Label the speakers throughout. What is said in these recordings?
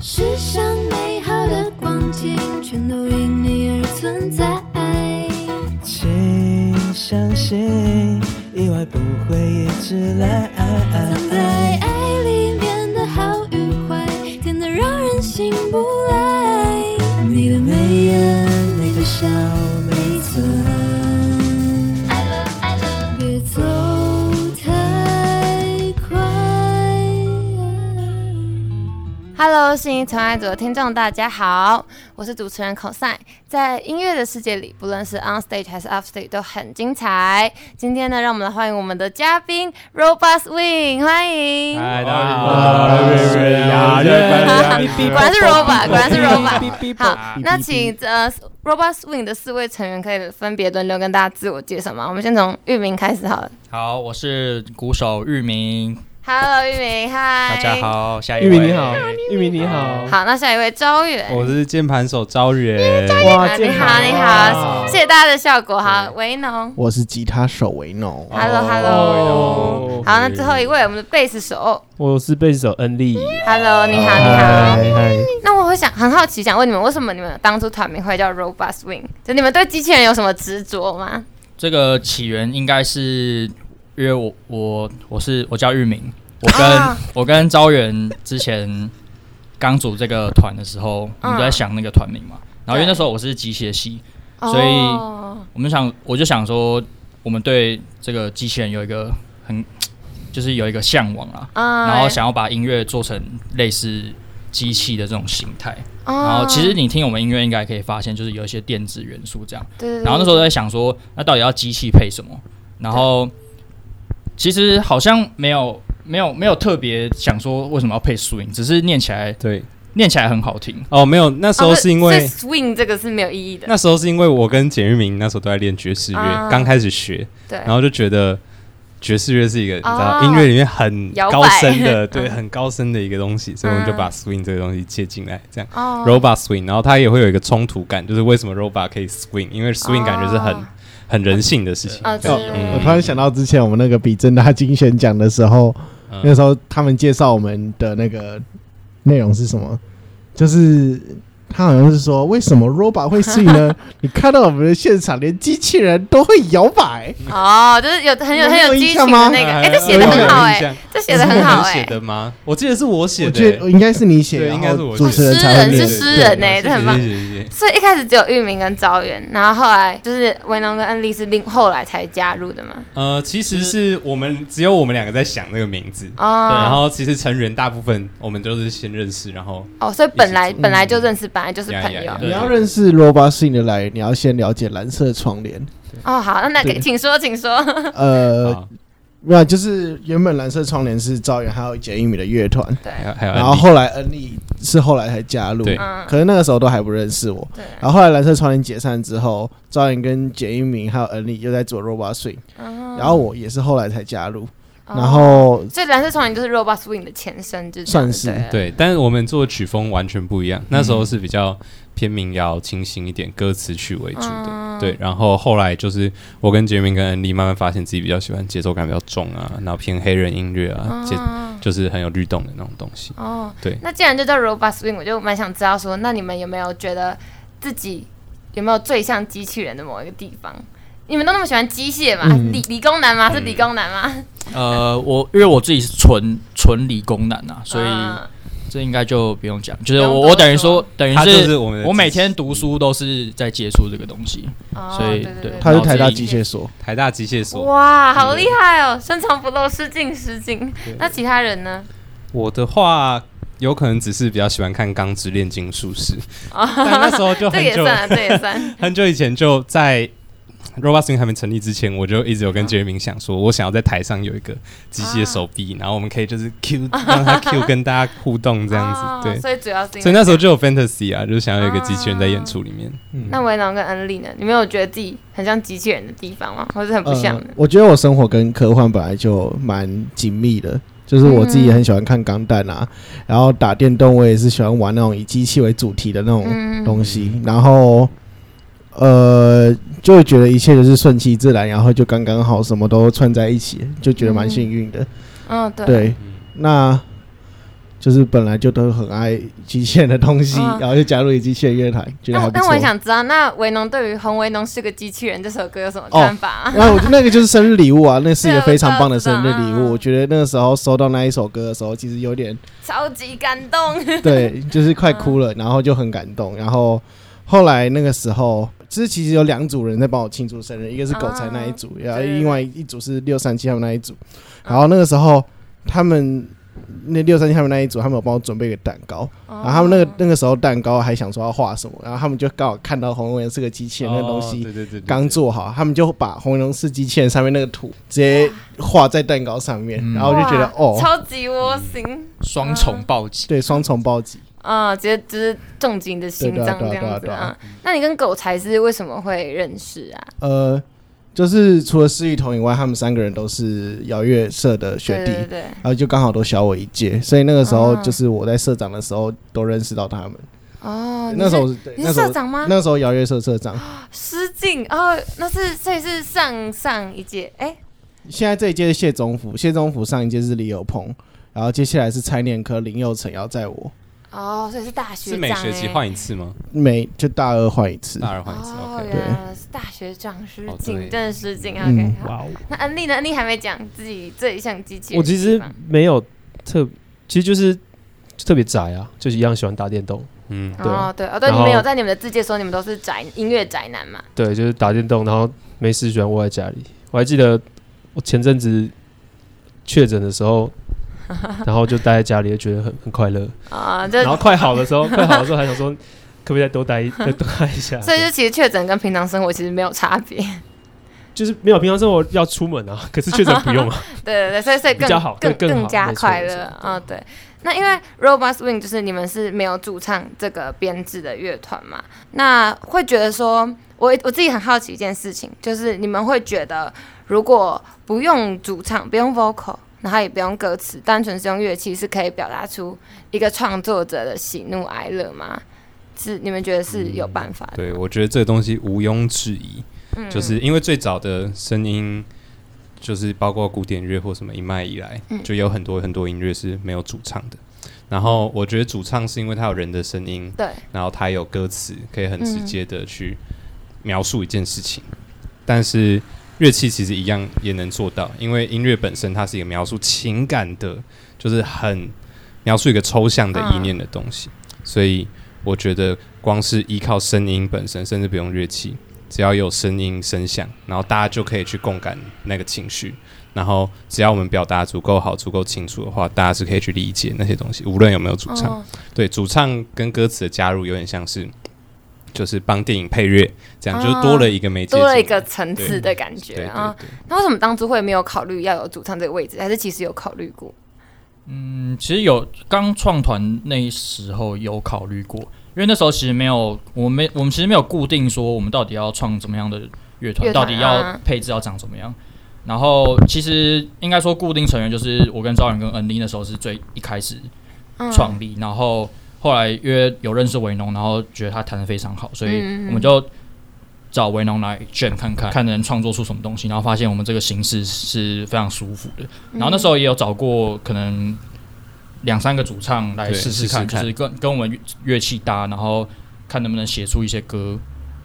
Speaker 1: 世上美好的光景，全都因你而存在。
Speaker 2: 请相信，意外不会一直来。
Speaker 1: 藏在爱里面的好与坏，甜得让人醒不来。你的眉眼，你的笑，每寸。别走太快。
Speaker 3: Hello，心仪纯爱组的听众，大家好，我是主持人 cosine。在音乐的世界里，不论是 on stage 还是 off stage 都很精彩。今天呢，让我们来欢迎我们的嘉宾 Robust Wing，欢迎。
Speaker 4: 嗨，大家
Speaker 5: 好
Speaker 4: 好，
Speaker 3: 果然是 robot，果然是 robot。
Speaker 4: 哔
Speaker 3: 好，那
Speaker 4: 哔
Speaker 3: 请呃 robot swing 的四位成员可以分别轮流跟大家自我介绍吗？我们先从玉明开始好了。
Speaker 4: 好，我是鼓手玉明，
Speaker 3: Hello，玉明，嗨，
Speaker 4: 大家。好，下一
Speaker 5: 玉
Speaker 4: 位，
Speaker 5: 米你好，玉米你好，
Speaker 3: 好，那下一位招远。
Speaker 6: 我是键盘手招远，
Speaker 5: 哇
Speaker 3: 啊你好，你好，谢谢大家的效果哈，维农
Speaker 7: 我是吉他手维农，
Speaker 6: 哦
Speaker 3: ，Hello，Hello，好，
Speaker 5: 哦
Speaker 3: 那最后一位我们的贝斯手
Speaker 5: 我是贝斯手恩利，
Speaker 3: ，Hello，你好，你好。那我会想很好奇，想问你们，为什么你们当初团名会叫 Robot Swing？就你们对机器人有什么执着吗？
Speaker 4: 这个起源应该是因为我我我是我叫玉明，我跟、
Speaker 3: 啊
Speaker 4: 我跟招远之前刚组这个团的时候，
Speaker 5: 啊
Speaker 4: 我们都在想那个团名嘛。然后因为那时候我是机械系，所以
Speaker 3: 哦
Speaker 4: 我们想我就想说，我们对这个机器人有一个很就是有一个向往啊啦，
Speaker 3: 嗯
Speaker 4: 然后想要把音乐做成类似机器的这种形态。然
Speaker 3: 然
Speaker 4: 后其实你听我们音乐应该可以发现，就是有一些电子元素这样。
Speaker 3: 对对对，
Speaker 4: 然后那时候在想说，那到底要机器配什么？然后其实好像没有没有没有特别想说为什么要配 swing，只是念起来
Speaker 6: 对，
Speaker 4: 念起来很好听。
Speaker 6: 哦，没有，那时候是因
Speaker 3: 哦
Speaker 6: 为、
Speaker 3: 所以 swing 这个是没有意义的，
Speaker 6: 那时候是因为我跟简玉明那时候都在练爵士
Speaker 3: 啊
Speaker 6: 乐，刚、开始学，
Speaker 3: 对，
Speaker 6: 然后就觉得爵士乐是一个、你知
Speaker 3: 哦
Speaker 6: 道音乐里面很
Speaker 3: 摇摆
Speaker 6: 高深的，
Speaker 3: 嗯
Speaker 6: 对，很高深的一个东西，所以我们就把 swing 这个东西接进来，这样。
Speaker 3: 哦
Speaker 6: robot swing，然后它也会有一个冲突感，就是为什么 robot 可以 swing，因为 swing 感觉是很、
Speaker 3: 哦
Speaker 6: 很人性的事情。
Speaker 3: 哦，
Speaker 6: 这样
Speaker 3: 是
Speaker 7: 我突然想到之前我们那个比正大金选奖的时候，
Speaker 6: 嗯
Speaker 7: 那时候他们介绍我们的那个内容是什么？就是他好像是说，为什么 robot 会 睡呢？你看到我们的现场，连机器人都会摇摆。
Speaker 3: 哦，就是有很有很有
Speaker 7: 你有
Speaker 3: 激
Speaker 7: 印
Speaker 3: 情
Speaker 7: 象
Speaker 3: 的
Speaker 7: 吗
Speaker 3: 那个，哎，这写
Speaker 6: 啊有
Speaker 3: 的
Speaker 6: 印
Speaker 3: 很
Speaker 6: 象
Speaker 3: 好，
Speaker 6: 有印
Speaker 3: 哎
Speaker 6: 象，
Speaker 3: 这写的很好，
Speaker 6: 是我
Speaker 3: 哎
Speaker 6: 写，的吗？我记得是我写
Speaker 7: 我
Speaker 6: 的、欸
Speaker 7: 觉得应该是你写，
Speaker 6: 对应该
Speaker 7: 然
Speaker 6: 是
Speaker 7: 后
Speaker 6: 我
Speaker 7: 主持人
Speaker 3: 写的
Speaker 7: 才会
Speaker 3: 诗人
Speaker 7: 念
Speaker 3: 是诗
Speaker 7: 对
Speaker 3: 人欸这很棒
Speaker 6: 谢谢谢谢
Speaker 3: 所以一开始只有玉明跟招远，然后后来就是维农跟恩利是另后来才加入的嘛，
Speaker 6: 呃，其实是我们只有我们两个在想那个名字，然
Speaker 3: 哦，
Speaker 6: 后其实成员大部分我们都是先认识，然后
Speaker 3: 哦，所以本来
Speaker 6: 一起做
Speaker 3: 本来就认识，本来就是
Speaker 6: 呀
Speaker 3: 朋
Speaker 6: 呀
Speaker 3: 友
Speaker 6: 呀，
Speaker 7: 你要认识 robot 睡的来源，你要先了解蓝色 窗帘。
Speaker 3: 哦，好，那那个
Speaker 7: 对
Speaker 3: 请说，请 说，
Speaker 7: 呃，
Speaker 6: 啊，
Speaker 7: 没有，就是原本蓝色窗帘是赵源还有简一米的乐团，
Speaker 3: 对，
Speaker 6: 还有还有
Speaker 7: 然后
Speaker 6: 安迪
Speaker 7: 后来恩利是后来才加入，
Speaker 6: 啊对
Speaker 3: 嗯，
Speaker 7: 可能那个时候都还不认识我。
Speaker 3: 对，
Speaker 7: 然后后来蓝色窗帘解散之后，赵源跟简一鸣还有恩利又在做 Robot Swing，、然后我也是后来才加入，
Speaker 3: 嗯哦
Speaker 7: 然后
Speaker 3: 所以蓝色窗帘就是 Robot Swing 的前身，就是
Speaker 7: 算是
Speaker 6: 对，但是我们做的曲风完全不一样，那时
Speaker 7: 嗯
Speaker 6: 候是比较偏民谣、清新一点，歌词曲为主的。
Speaker 3: 嗯
Speaker 6: 对，然后后来就是我跟杰明跟恩利慢慢发现自己比较喜欢节奏感比较重啊，然后偏黑人音乐啊，节、就是很有律动的那种东西。
Speaker 3: 哦，
Speaker 6: 对
Speaker 3: 那既然就叫 robot swing，我就蛮想知道说，那你们有没有觉得自己有没有最像机器人的某一个地方？你们都那么喜欢机械嘛？
Speaker 7: 嗯
Speaker 3: 理理工男吗？是理工男吗？
Speaker 4: 呃，我因为我自己是纯纯理工男啊，所以
Speaker 3: 嗯
Speaker 4: 这应该就不用讲。就是
Speaker 3: 不用
Speaker 4: 我
Speaker 3: 多
Speaker 4: 我等于
Speaker 3: 说
Speaker 4: 说等于
Speaker 6: 他就是我们的
Speaker 4: 我每天
Speaker 6: 机
Speaker 4: 读书都是在接触这个东西。
Speaker 3: 哦
Speaker 4: 所以
Speaker 3: 对对
Speaker 4: 对
Speaker 7: 他是台
Speaker 4: 然
Speaker 7: 大
Speaker 4: 后自
Speaker 7: 机
Speaker 4: 己
Speaker 7: 械所，
Speaker 6: 台大机械所，
Speaker 3: 哇，好厉害哦！深藏不露，失敬失敬。那其他人呢？
Speaker 6: 我的话有可能只是比较喜欢看《钢之炼金 术师》但那时候
Speaker 3: 这
Speaker 6: 就 很
Speaker 3: 也
Speaker 6: 久
Speaker 3: 算，这也算。
Speaker 6: 很久以前就在 Robot Swing 还没成立之前，我就一直
Speaker 3: 嗯
Speaker 6: 有跟杰明想说，我想要在台上有一个机械手
Speaker 3: 啊
Speaker 6: 臂，然后我们可以就是 Q 让他 Q 跟大家互动 这样子，
Speaker 3: 哦
Speaker 6: 对。
Speaker 3: 所以主要是因为
Speaker 6: 所以那时候就有 fantasy 啊，就是想要有一个机器人在演出里面。
Speaker 7: 啊嗯
Speaker 3: 那维农跟恩利呢？你们有觉得自己很像机器人的地方吗？或是很不像
Speaker 7: 呃
Speaker 3: 的？，
Speaker 7: 我觉得我生活跟科幻本来就蛮紧密的。就是我自己也很喜欢看钢弹啊，然后打电动，我也是喜欢玩那种以机器为主题的那种
Speaker 3: 嗯
Speaker 7: 东西，然后呃，就觉得一切就是顺其自然，然后就刚刚好，什
Speaker 3: 嗯
Speaker 7: 么
Speaker 3: 哦
Speaker 7: 都串在一起，就觉得蛮幸运的。
Speaker 3: 嗯，对。
Speaker 7: 对，那就是本来就都很爱机器人的东西，
Speaker 3: 嗯
Speaker 7: 然后就加入了机器人乐坛，觉得
Speaker 3: 那
Speaker 7: 还
Speaker 3: 我
Speaker 7: 不
Speaker 3: 那
Speaker 7: 错。
Speaker 3: 我也想知道，那维农对于《红维农是个机器人》这首歌有什么看法啊？
Speaker 7: 然后我就那个就是生日礼物啊，那是一个
Speaker 3: 对
Speaker 7: 非常棒的
Speaker 3: 我知道
Speaker 7: 生日礼
Speaker 3: 嗯
Speaker 7: 物。我觉得那个时候收到那一首歌的时候，其实有点
Speaker 3: 超级感动。
Speaker 7: 对，就是快哭了，然后就很感动。然后后来那个时候，就是其实有两组人在帮我庆祝生日，一个是狗才那一组，然
Speaker 3: 啊
Speaker 7: 后
Speaker 3: 对对对嗯
Speaker 7: 另外一组是六三七他们那一组。然后那个时候，他们那六三七他们那一组，他们有帮我准备一个蛋糕。
Speaker 3: 哦
Speaker 7: 然后他们那个那个时候蛋糕还想说要画什么，然后他们就刚好看到红文是个机器人那个东西，
Speaker 6: 哦对对对，
Speaker 7: 刚做好，他们就把红龙寺机器人上面那个图直接画在蛋糕上面，
Speaker 4: 嗯
Speaker 7: 然后我就觉得
Speaker 3: 哇
Speaker 7: 哦，嗯
Speaker 3: 超级窝心。
Speaker 4: 双
Speaker 3: 嗯
Speaker 4: 重暴击。
Speaker 7: 对，双重暴击。
Speaker 3: 啊、直接就是重击你的心脏这
Speaker 7: 对对啊
Speaker 3: 样子
Speaker 7: 对啊对啊
Speaker 3: 啊！那你跟狗才是为什么会认识啊？
Speaker 7: 呃，就是除了施雨桐以外，他们三个人都是摇乐社的学弟，
Speaker 3: 对对对，
Speaker 7: 然后就刚好都小我一届，所以那个时候
Speaker 3: 啊
Speaker 7: 就是我在社长的时候都认识到他们。
Speaker 3: 哦，
Speaker 7: 那时候
Speaker 3: 你是
Speaker 7: 我对
Speaker 3: 你
Speaker 7: 那
Speaker 3: 是
Speaker 7: 时候
Speaker 3: 社长吗？
Speaker 7: 那时候摇乐社社长，
Speaker 3: 失敬哦，那是所以是上上一届，哎、
Speaker 7: 现在这一届是谢宗福，谢宗福上一届是李友鹏，然后接下来是蔡念科、林佑成、姚在我，
Speaker 3: 哦，所以是大学
Speaker 6: 是
Speaker 3: 长、
Speaker 6: 每
Speaker 3: 哎
Speaker 6: 学期换一次吗？
Speaker 7: 每就大二换一次
Speaker 6: 大。二换一次
Speaker 3: 哦，
Speaker 6: ，OK。
Speaker 3: 原来是大学长失
Speaker 6: 哦
Speaker 3: 敬，
Speaker 6: 对
Speaker 3: 真的失敬。
Speaker 7: 嗯
Speaker 3: OK，好。
Speaker 5: 哇哦！
Speaker 3: 那安利呢？安利还没讲自己最像机器人
Speaker 5: 我
Speaker 3: 的地
Speaker 5: 其
Speaker 3: 方。
Speaker 5: 实没有特，其实就是就特别宅啊，就是一样喜欢打电动。
Speaker 6: 嗯，
Speaker 5: 对啊
Speaker 3: 哦，对哦，对，
Speaker 5: 然
Speaker 3: 你
Speaker 5: 后
Speaker 3: 们有在你们的自介说你们都是宅音乐宅男嘛？
Speaker 5: 对，就是打电动，然后没事喜欢窝在家里。我还记得我前阵子确诊的时 候，然后就待在家里，就觉得很很快乐。
Speaker 3: 啊，就
Speaker 5: 然后快好的 时候，快好的时候还想说，可不可以再多待一再多待一下？
Speaker 3: 所以就其实确诊跟平常生活其实没有差别。
Speaker 5: 就是没有平常生活要出门啊，可是确诊不用啊。
Speaker 3: 对对对，所以所以
Speaker 5: 比
Speaker 3: 更
Speaker 5: 较好
Speaker 3: 更
Speaker 5: 对更好
Speaker 3: 加
Speaker 5: 没错
Speaker 3: 快
Speaker 5: 没
Speaker 3: 乐
Speaker 5: 错
Speaker 3: 啊、对。那因为 Robust Wing 就是你们是没有主唱这个编制的乐团嘛，那会觉得说，我我自己很好奇一件事情，就是你们会觉得如果不用主唱，不用 vocal，然后也不用歌词，单纯是用乐器，是可以表达出一个创作者的喜怒哀乐吗？是你们觉得是
Speaker 5: 嗯
Speaker 3: 有办法的？
Speaker 6: 对，我觉得这个东西毋庸置疑，
Speaker 3: 嗯
Speaker 6: 就是因为最早的声音，就是包括古典乐或什么一脉以来，就有很多很多音乐是没有主唱的。然后我觉得主唱是因为它有人的声音，
Speaker 3: 对，
Speaker 6: 然后它有歌词，可以很直接的去描述一件事情。但是乐器其实一样也能做到，因为音乐本身它是一个描述情感的，就是很描述一个抽象的意念的东西。所以我觉得光是依靠声音本身，甚至不用乐器，只要有声音声响，然后大家就可以去共感那个情绪。然后只要我们表达足够好、足够清楚的话，大家是可以去理解那些东西，无论有没有主唱。
Speaker 3: 哦，
Speaker 6: 对，主唱跟歌词的加入有点像是，就是帮电影配乐，这样、
Speaker 3: 啊
Speaker 6: 就多了一个媒介进
Speaker 3: 多
Speaker 6: 来，
Speaker 3: 了一个层次
Speaker 6: 对
Speaker 3: 的感
Speaker 6: 对
Speaker 3: 觉
Speaker 6: 对
Speaker 3: 啊。
Speaker 6: 对，
Speaker 3: 那为什么当初会没有考虑要有主唱这个位置？还是其实有考虑过？
Speaker 4: 嗯，其实有刚创团那时候有考虑过，因为那时候其实没有，我们没我们其实没有固定说我们到底要创怎么样的乐团，
Speaker 3: 乐团
Speaker 4: 到底要
Speaker 3: 啊
Speaker 4: 配置要长怎么样。然后其实应该说固定成员就是我跟赵远跟恩妮那时候是最一开始
Speaker 3: 嗯
Speaker 4: 创立，然后后来因为有认识维农，然后觉得他弹得非常好，所以
Speaker 3: 嗯嗯嗯
Speaker 4: 我们就找维农来 jam 看看，看能创作出什么东西，然后发现我们这个形式是非常舒服的。
Speaker 3: 嗯
Speaker 4: 然后那时候也有找过可能两三个主唱来
Speaker 6: 对
Speaker 4: 试试看，
Speaker 6: 试试看
Speaker 4: 就是跟跟我们乐乐器搭，然后看能不能写出一些歌。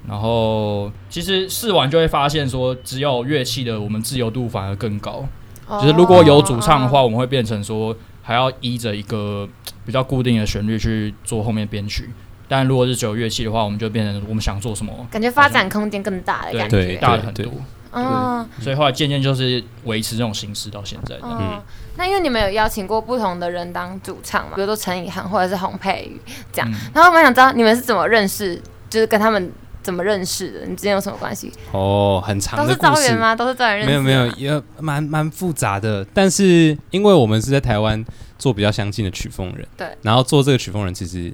Speaker 4: 然后其实试完就会发现说，只有乐器的我们自由度反而更高。
Speaker 3: 哦
Speaker 4: 就是如果有主唱的话，我们会变成说还要依着一个比较固定的旋律去做后面编曲。但如果是只有乐器的话，我们就变成我们想做什么，
Speaker 3: 感觉发展空间更大的感
Speaker 6: 对
Speaker 3: 觉。
Speaker 4: 大了很多。
Speaker 3: 嗯
Speaker 4: 所以后来渐渐就是维持这种形式到现在的。
Speaker 3: 嗯。那因为你们有邀请过不同的人当主唱嘛，比如说陈以涵或者是洪佩瑜这
Speaker 4: 嗯
Speaker 3: 样。然后我蛮想知道你们是怎么认识，就是跟他们怎么认识的？你之间有什么关系？
Speaker 6: 哦，很长
Speaker 3: 都
Speaker 6: 的
Speaker 3: 是
Speaker 6: 故
Speaker 3: 招
Speaker 6: 事
Speaker 3: 人吗？都是招人认识
Speaker 6: 没
Speaker 3: 的啊
Speaker 6: 有
Speaker 3: 吗？
Speaker 6: 没有，也蛮蛮复杂的。但是因为我们是在台湾做比较相近的曲风人，
Speaker 3: 对
Speaker 6: 然后做这个曲风人其实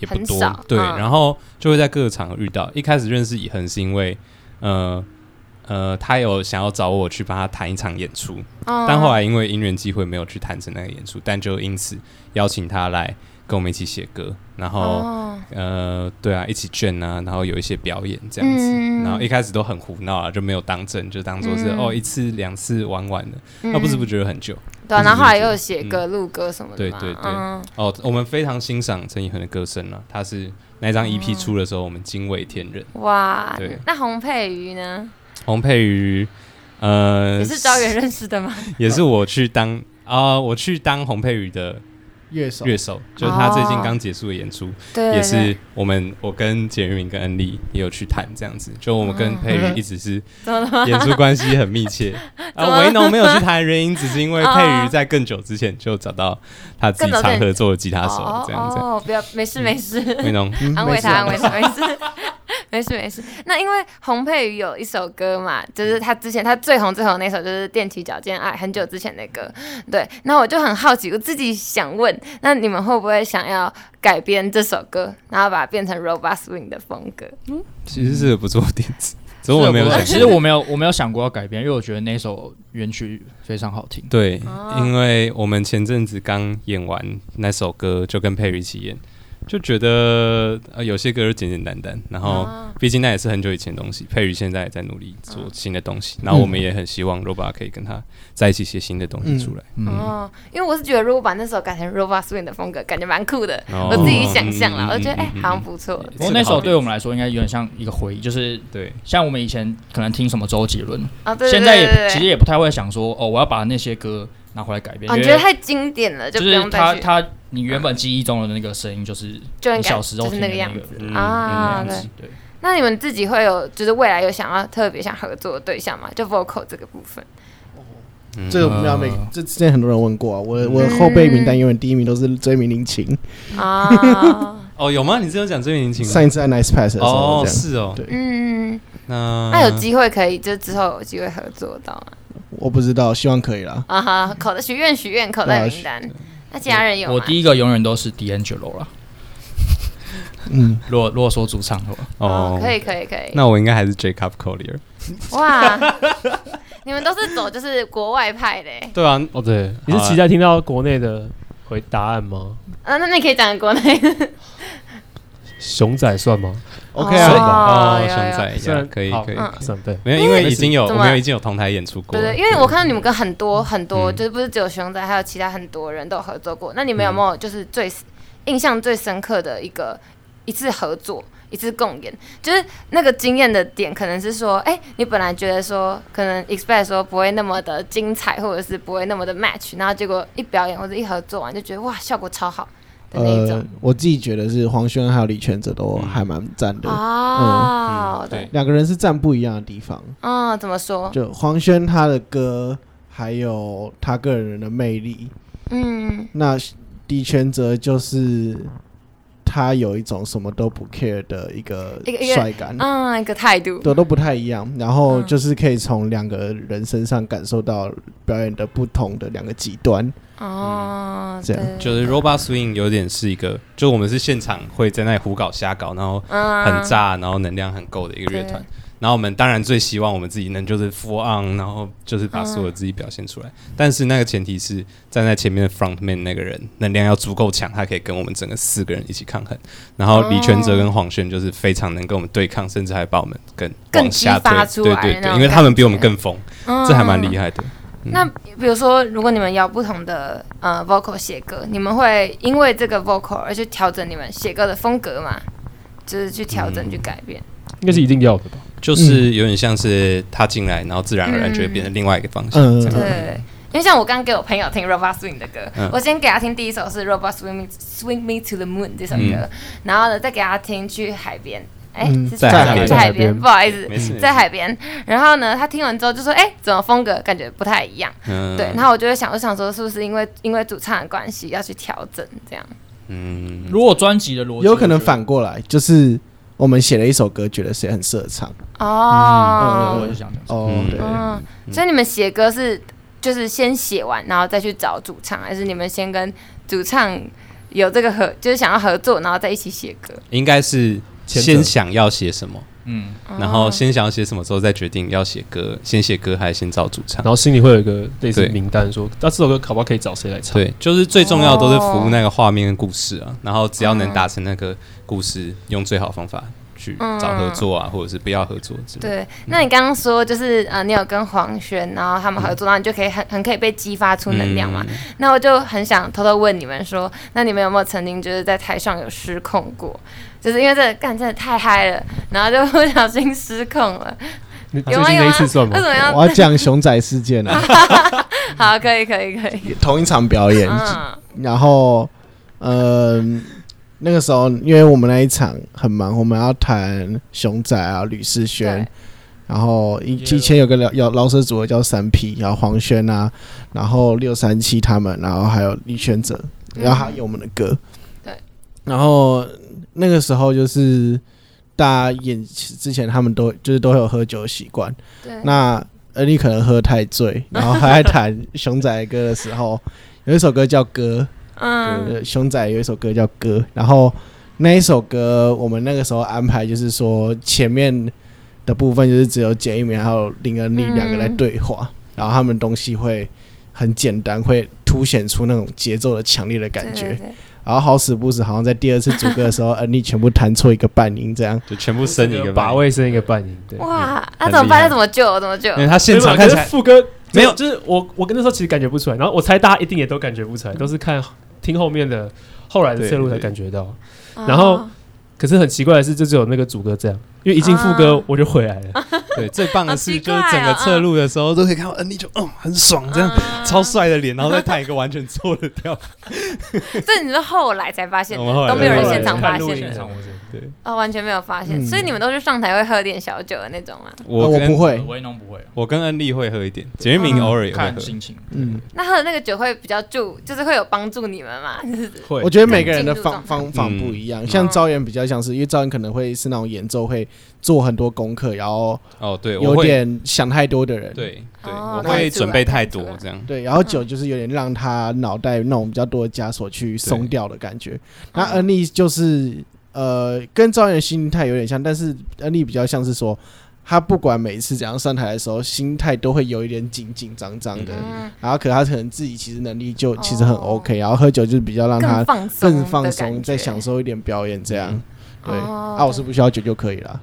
Speaker 6: 也不
Speaker 3: 很
Speaker 6: 多
Speaker 3: 少，
Speaker 6: 对，
Speaker 3: 嗯
Speaker 6: 然后就会在各个场合遇到。一开始认识以恒是因为，呃呃，他有想要找我去帮他弹一场演出，
Speaker 3: 嗯。
Speaker 6: 但后来因为因缘机会没有去谈成那个演出，但就因此邀请他来跟我们一起写歌，然后
Speaker 3: 哦，
Speaker 6: 呃，对啊，一起卷啊，然后有一些表演这样子，
Speaker 3: 嗯
Speaker 6: 然后一开始都很胡闹啊，就没有当真，就当做是、
Speaker 3: 嗯
Speaker 6: 哦一次两次玩玩的，
Speaker 3: 嗯
Speaker 6: 那、不知不觉得很久。
Speaker 3: 对啊，
Speaker 6: 不知
Speaker 3: 然后后来又
Speaker 6: 不
Speaker 3: 有写歌、录歌什么的
Speaker 6: 对
Speaker 3: 嘛
Speaker 6: 对对
Speaker 3: 嗯
Speaker 6: 哦，我们非常欣赏陈以恒的歌声啊，他是那张
Speaker 3: 嗯
Speaker 6: EP 出的时候，我们惊为天人。
Speaker 3: 哇
Speaker 6: 对，
Speaker 3: 那洪佩瑜呢？
Speaker 6: 洪佩瑜，呃，
Speaker 3: 也是招远认识的吗？
Speaker 6: 也是我去当啊、我去当洪佩瑜的
Speaker 7: 乐手
Speaker 6: 乐手，就是他最近
Speaker 3: 哦
Speaker 6: 刚结束的演出，
Speaker 3: 对，
Speaker 6: 也
Speaker 3: 对
Speaker 6: 是我们我跟简玉明跟恩利也有去谈这样子，就我
Speaker 3: 嗯
Speaker 6: 们跟佩瑜一直是
Speaker 3: 怎么了吗？
Speaker 6: 演出关系很密 切。
Speaker 3: 怎么
Speaker 6: 啊，
Speaker 3: 了
Speaker 6: 维农没有去谈的原因，只 是因为
Speaker 3: 哦
Speaker 6: 佩瑜在更久之前就找到他自己常合作的吉他手
Speaker 3: 哦，
Speaker 6: 这样子。
Speaker 3: 哦，不要，没事没事，
Speaker 6: 维农，
Speaker 7: 嗯
Speaker 3: 安
Speaker 7: 没
Speaker 3: 慰
Speaker 7: 事
Speaker 3: 他，
Speaker 7: 啊
Speaker 3: 安慰他，没事。 没事没事，那因为洪佩瑜有一首歌嘛，就是
Speaker 6: 嗯
Speaker 3: 他之前他最红最红的那首就是《踮起脚尖爱》，很久之前的歌。对，那我就很好奇，我自己想问，那你们会不会想要改编这首歌，然后把它变成 Robot Swing 的风格？
Speaker 6: 其实是个不错的点子，只是我没有想过。
Speaker 4: 其实我没有我没有想过要改编，因为我觉得那首原曲非常好听。
Speaker 6: 对，
Speaker 3: 啊
Speaker 6: 因为我们前阵子刚演完那首歌，就跟佩瑜一起演，就觉得呃有些歌就简简单单，然后
Speaker 3: 啊
Speaker 6: 毕竟那也是很久以前的东西，佩瑜现在也在努力做新的东西，
Speaker 3: 嗯
Speaker 6: 然后我们也很希望 Roba 可以跟他在一起写新的东西出来。
Speaker 4: 嗯，
Speaker 3: 哦，因为我是觉得如果把那首改成 Robot Swing 的风格，感觉蛮酷的。嗯
Speaker 6: 哦
Speaker 3: 我自己想象啦，
Speaker 6: 嗯嗯
Speaker 3: 我觉得哎、
Speaker 6: 嗯嗯
Speaker 3: 好像不错。
Speaker 4: 不过那首对我们来说应该有点像一个回忆，就是
Speaker 6: 对，
Speaker 4: 像我们以前可能听什么周杰伦，
Speaker 3: 哦，对对
Speaker 4: 现在
Speaker 3: 对
Speaker 4: 也
Speaker 3: 对
Speaker 4: 其实
Speaker 3: 对。
Speaker 4: 也不太会想说哦，我要把那些歌拿回来改编，
Speaker 3: 哦，
Speaker 4: 因
Speaker 3: 你
Speaker 4: 为
Speaker 3: 觉得太经典了，就
Speaker 4: 就
Speaker 3: 不
Speaker 4: 是
Speaker 3: 用再
Speaker 4: 他
Speaker 3: 去，
Speaker 4: 他你原本记忆中的那个声音，就是
Speaker 3: 就很
Speaker 4: 你
Speaker 3: 改
Speaker 4: 小时候
Speaker 3: 就是
Speaker 4: 听
Speaker 3: 那
Speaker 4: 的
Speaker 3: 个样
Speaker 4: 个
Speaker 3: 子
Speaker 6: 嗯
Speaker 3: 啊。
Speaker 4: 样
Speaker 3: 对
Speaker 4: 子，，对。
Speaker 3: 那你们自己会有就是未来有想要特别想合作的对象吗？就 vocal 这个部分，
Speaker 7: 这个没有没，这之前很多人问过啊，我我
Speaker 3: 嗯
Speaker 7: 后辈名单永远第一名都是追名林琴，
Speaker 3: 啊，
Speaker 6: 哦，有吗？你之前有讲追名情
Speaker 7: 上一次在 Nice Pass 的时候
Speaker 6: 哦，
Speaker 7: 这样，
Speaker 6: 是哦，
Speaker 7: 对
Speaker 3: 嗯，
Speaker 6: 那
Speaker 3: 那有机会可以就之后有机会合作到吗？
Speaker 7: 我不知道，希望可以啦。
Speaker 3: 啊哈，口袋许愿许愿口袋名单，那其他人有
Speaker 4: 我
Speaker 3: 吗？
Speaker 4: 第一个永远都是 D'Angelo 啦。
Speaker 7: 嗯，
Speaker 4: 如果如果说主唱的话，
Speaker 3: 哦
Speaker 6: 哦，，
Speaker 3: 可以可以可以，
Speaker 6: 那我应该还是 Jacob Collier。
Speaker 3: 哇， 你们都是走就是国外派的欸，
Speaker 6: 对啊，
Speaker 5: 哦，对，你是期待听到国内的回答案吗？
Speaker 3: 啊，那你可以讲国内的
Speaker 5: 熊仔算吗？
Speaker 7: OK
Speaker 3: 算
Speaker 7: 啊，
Speaker 3: 吧
Speaker 6: 哦，
Speaker 3: 有有
Speaker 6: 熊仔，
Speaker 5: 虽
Speaker 6: 呀
Speaker 5: 然
Speaker 6: 可以
Speaker 5: 好
Speaker 6: 可以，
Speaker 3: 嗯
Speaker 5: 算对，
Speaker 6: 没有，因为
Speaker 5: 没
Speaker 6: 已
Speaker 5: 事
Speaker 6: 经有我
Speaker 3: 怎么了
Speaker 6: 们有已经有同台演出过
Speaker 3: 对
Speaker 6: 了，
Speaker 3: 对，因为我看到你们跟很多很多，
Speaker 6: 嗯
Speaker 3: 就是不是只有熊仔，还有其他很多人都有合作过。那你们有没有就是最印象最深刻的一个一次合作、一次共演？就是那个经验的点，可能是说，哎，你本来觉得说可能 expect 说不会那么的精彩，或者是不会那么的 match，然后结果一表演或者一合作完，就觉得哇，效果超好的那一
Speaker 7: 呃
Speaker 3: 种。，
Speaker 7: 我自己觉得是黄轩还有李全哲都还蛮赞
Speaker 6: 呃
Speaker 3: 嗯
Speaker 7: 的，
Speaker 3: 哦，对
Speaker 6: 嗯对，
Speaker 7: 两个人是站不一样的地方。
Speaker 3: 嗯，怎么说？
Speaker 7: 就黄轩他的歌，还有他个人的魅力，
Speaker 3: 嗯，
Speaker 7: 那李全哲就是他有一种什么都不 care 的一个
Speaker 3: 一个一个
Speaker 7: 帅感，
Speaker 3: 嗯，一个态度，
Speaker 7: 对，都不太一样。然后
Speaker 3: 嗯
Speaker 7: 就是可以从两个人身上感受到表演的不同的两个极端。
Speaker 6: 嗯
Speaker 3: 哦，
Speaker 7: 这样
Speaker 3: 对
Speaker 6: 就是 Robot Swing 有点是一个，就我们是现场会在那里胡搞瞎搞，然后
Speaker 3: 嗯
Speaker 6: 很炸，然后能量很够的一个乐团。然后我们当然最希望我们自己能就是 full on，然后就是把所有自己表现出来。
Speaker 3: 嗯
Speaker 6: 但是那个前提是站在前面的 front man 那个人能量要足够强，他可以跟我们整个四个人一起抗衡。然后李全哲跟黄轩就是非常能跟我们对抗，甚至还把我们跟
Speaker 3: 更
Speaker 6: 往下
Speaker 3: 激发
Speaker 6: 推。
Speaker 3: 出
Speaker 6: 对
Speaker 3: 来
Speaker 6: 对
Speaker 3: 那
Speaker 6: 对，
Speaker 3: 种
Speaker 6: 因为他们比我们
Speaker 3: 感觉
Speaker 6: 更疯，
Speaker 3: 嗯
Speaker 6: 这还蛮厉害的。
Speaker 3: 那比如说，如果你们有不同的呃 vocal 写歌，你们会因为这个 vocal 而去调整你们写歌的风格吗？就是去调整、
Speaker 6: 嗯
Speaker 3: 去改变。
Speaker 5: 应该是一定要的吧？
Speaker 6: 就是有点像是他进来，然后自然而
Speaker 3: 嗯
Speaker 6: 然就会变成另外一个方向。
Speaker 7: 嗯
Speaker 6: 这样
Speaker 3: 对，因为像我刚给我朋友听 Robot Swing 的歌，
Speaker 6: 嗯
Speaker 3: 我先给他听第一首是 Robot Swing Me Swing Me to the Moon 这首歌，
Speaker 6: 嗯
Speaker 3: 然后呢再给他听去海边，哎、
Speaker 7: 嗯
Speaker 3: 是
Speaker 6: 在
Speaker 3: 去
Speaker 6: 海边
Speaker 3: 去
Speaker 5: 在
Speaker 3: 海
Speaker 5: 海边
Speaker 3: 边，不好意思
Speaker 6: 没事，
Speaker 3: 在海边。然后呢，他听完之后就说，哎、怎么风格感觉不太一样？
Speaker 6: 嗯
Speaker 3: 对，然后我就会想，我想说是不是因为因为主唱的关系要去调整这样？
Speaker 6: 嗯，
Speaker 4: 如果专辑的逻辑，
Speaker 7: 有可能反过来，就是我们写了一首歌，觉得谁很适合唱。
Speaker 3: 嗯哦，
Speaker 4: 我就想讲，
Speaker 7: 哦，
Speaker 6: 嗯
Speaker 7: 对，
Speaker 3: 嗯，所以你们写歌是就是先写完，然后再去找主唱，还是你们先跟主唱有这个合，就是想要合作，然后再一起写歌？
Speaker 6: 应该是
Speaker 5: 前者
Speaker 6: 先想要写什么，
Speaker 4: 嗯，
Speaker 3: 哦
Speaker 6: 然后先想要写什么之后再决定要写歌，先写歌还是先找主唱
Speaker 5: 然。后心里会有一个类似
Speaker 6: 对
Speaker 5: 名单说，那、这首歌考不好可以找谁来唱？
Speaker 6: 对，就是最重要的都是服务那个画面跟故事
Speaker 3: 哦
Speaker 6: 啊，然后只要能达成那个故事，用最好的方法去找合作啊，或者是不要合作之类
Speaker 3: 嗯
Speaker 6: 的。
Speaker 3: 对，那你刚刚说就是呃，你有跟黄轩，然后他们合作，然后你就可以很很可以被激发出能量嘛。嗯
Speaker 6: 嗯
Speaker 3: 那我就很想偷偷问你们说，那你们有没有曾经就是在台上有失控过？就是因为这个干真的太嗨了，然后就不小心失控了。
Speaker 5: 你最
Speaker 3: 有
Speaker 5: 近
Speaker 3: 啊有
Speaker 5: 那一
Speaker 3: 啊，
Speaker 5: 次算
Speaker 3: 那
Speaker 5: 吗？
Speaker 3: 怎么
Speaker 7: 我要
Speaker 3: 样？
Speaker 7: 讲熊仔事件 了、
Speaker 3: 好，可以，可以，可以。
Speaker 7: 同一场表演，
Speaker 3: 嗯
Speaker 7: 然后，嗯、那个时候因为我们那一场很忙，我们要谈熊仔啊、吕世轩
Speaker 3: 对，
Speaker 7: 然后以
Speaker 4: 耶
Speaker 7: 以前有个饶饶饶舌组合叫三 P，然后黄轩啊，然后六三七他们，然后还有李轩哲，然后还有我们的歌，
Speaker 3: 嗯对，
Speaker 7: 然后那个时候就是大家演之前他们都就是都会有喝酒的习惯，
Speaker 3: 对，
Speaker 7: 那呃，你可能喝太醉，然后还在弹熊仔的歌的时候，有一首歌叫《歌》，
Speaker 3: 嗯，
Speaker 7: 呃，熊仔有一首歌叫《歌》，然后那一首歌我们那个时候安排就是说前面的部分就是只有简一鸣还有林恩利
Speaker 3: 嗯
Speaker 7: 两个来对话，然后他们东西会很简单，会凸显出那种节奏的强烈的感觉。
Speaker 3: 对对对
Speaker 7: 然后好死不死，好像在第二次主歌 的时候，恩利全部弹错一个半音，这样
Speaker 6: 就全部升一个
Speaker 5: 把
Speaker 6: 吧，
Speaker 5: 位剩一个半音，对。
Speaker 3: 哇，那
Speaker 6: 很
Speaker 3: 怎么
Speaker 6: 厉
Speaker 3: 办？
Speaker 6: 害
Speaker 3: 那怎么救？怎么救
Speaker 6: 因？
Speaker 7: 嗯
Speaker 6: 为他现
Speaker 5: 没有
Speaker 6: 场
Speaker 5: 啦
Speaker 6: 看
Speaker 5: 可
Speaker 6: 起
Speaker 5: 是
Speaker 6: 来
Speaker 5: 副歌
Speaker 6: 没有
Speaker 5: 就是我我跟那时候其实感觉不出来，然后我猜大家一定也都感觉不出来，都是看听后面的后来的侧录才
Speaker 6: 对对
Speaker 5: 感觉到。
Speaker 3: 哦
Speaker 5: 然后可是很奇怪的是，就只有那个主歌这样，因为一进副
Speaker 3: 啊
Speaker 5: 歌我就回来了，
Speaker 6: 对最棒的
Speaker 3: 好
Speaker 6: 是
Speaker 3: 奇
Speaker 6: 就
Speaker 3: 怪哦
Speaker 6: 是整个侧录的时候都可以看到，嗯，你就嗯很爽这样
Speaker 3: 嗯
Speaker 6: 超帅的脸，然后再弹一个完全错的调。
Speaker 3: 这你是后来才发现
Speaker 6: 我们后来
Speaker 3: 都没有人
Speaker 6: 才
Speaker 3: 现场
Speaker 5: 看
Speaker 3: 发
Speaker 5: 录
Speaker 3: 现
Speaker 5: 影
Speaker 3: 的
Speaker 5: 的
Speaker 4: 场
Speaker 3: 哦，完全没有发现，
Speaker 7: 嗯
Speaker 3: 所以你们都是上台会喝点小酒的那种啊吗？
Speaker 7: 呃
Speaker 6: 哦我
Speaker 7: 我
Speaker 6: 跟
Speaker 7: 不会，
Speaker 4: 维农不会，啊
Speaker 6: 我跟恩利会喝一点，杰明
Speaker 3: 嗯
Speaker 6: 偶尔也会
Speaker 4: 看
Speaker 6: 喝。
Speaker 4: 心情。
Speaker 7: 嗯。
Speaker 3: 那喝的那个酒会比较助，就是会有帮助你们嘛？就是
Speaker 5: 会
Speaker 7: 我觉得每个人的方
Speaker 3: 进入
Speaker 7: 方法不一样，
Speaker 6: 嗯
Speaker 7: 像招演比较像是，因为招演可能会是那种演奏会做很多功课，然后
Speaker 6: 哦，对，我
Speaker 7: 有
Speaker 6: 会
Speaker 7: 点想太多的人，
Speaker 6: 对对，
Speaker 3: 哦
Speaker 6: 我
Speaker 3: 看得
Speaker 6: 会
Speaker 3: 出
Speaker 6: 准
Speaker 3: 来
Speaker 6: 备
Speaker 3: 看
Speaker 6: 太
Speaker 3: 得出来
Speaker 6: 多这样。
Speaker 7: 对，然后
Speaker 3: 嗯
Speaker 7: 酒就是有点让他脑袋那种比较多的枷锁去松掉的感觉。那
Speaker 3: 哦
Speaker 7: 嗯恩利就是呃，跟招演的心态有点像，但是恩利比较像是说。他不管每次怎样上台的时候，心态都会有一点紧紧张张的，
Speaker 3: 嗯
Speaker 7: 然后可他可能自己其实能力就其实很
Speaker 3: 哦
Speaker 7: OK，、然后喝酒就是比较让他
Speaker 3: 更放松，
Speaker 7: 更放松，再享。受一点表演这样。对，
Speaker 3: 哦啊
Speaker 7: 啊，我是不需要酒就可以了。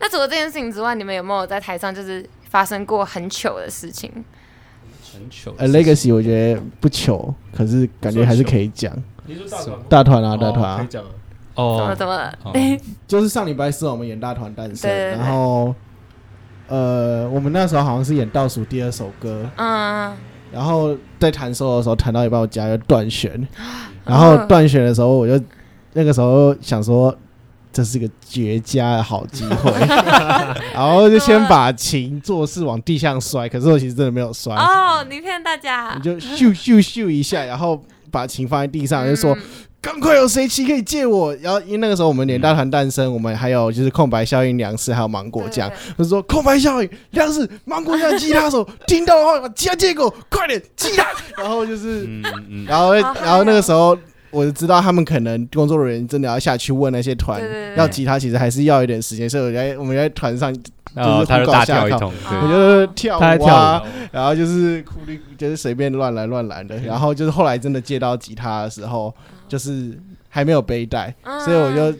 Speaker 3: 那除了这件事情之外，你们有没有在台上就是发生过很糗的事情？
Speaker 6: 很糗
Speaker 7: 呃，Legacy 我觉得不糗，可是感觉还是可以讲。
Speaker 5: 你说大团
Speaker 7: 大团啊，大团啊，
Speaker 5: 讲啊，
Speaker 3: 怎么
Speaker 6: 哦，
Speaker 3: 怎么了？
Speaker 6: 哦
Speaker 7: 就是上礼拜四我们演大团诞生
Speaker 3: 对对，对
Speaker 7: 然后呃，我们那时候好像是演倒数第二首歌，
Speaker 3: 嗯，
Speaker 7: 然后在弹奏的时候弹到一半，我加个断 弦，然后断弦的时候我就那个时候想说。这是个绝佳的好机 会，然后就先把琴做事往地上摔，可是我其实真的没有摔，
Speaker 3: 哦，你骗大家
Speaker 7: 你，就咻咻咻一下，然后把琴放在地上，就说
Speaker 3: 嗯
Speaker 7: 赶快有谁骑可以借我？然后因为那个时候我们连大团诞生，我们还有就是空白效应粮食还有芒果酱
Speaker 3: 对，
Speaker 7: 我就说空白效应粮食芒果酱哦吉他手听到的话把吉他借给我，快点吉 他。然后就是，
Speaker 6: 嗯 嗯嗯，
Speaker 7: 然后
Speaker 3: 好嗨哦
Speaker 7: 然后那个时候。我就知道他们可能工作人员真的要下去问那些团
Speaker 3: 对对对对
Speaker 7: 要吉他，其实还是要一点时间，所以我在我们在团上，
Speaker 6: 然后哦他就大跳一通，
Speaker 3: 哦
Speaker 7: 我
Speaker 6: 对，
Speaker 7: 就跳
Speaker 5: 他在
Speaker 7: 舞
Speaker 5: 跳舞
Speaker 7: 啊
Speaker 5: 啊，
Speaker 7: 然后就是哭哩，就是随便乱来乱来的。然后就是后来真的借到吉他的时候，就是还没有背带，
Speaker 3: 嗯
Speaker 7: 所以我就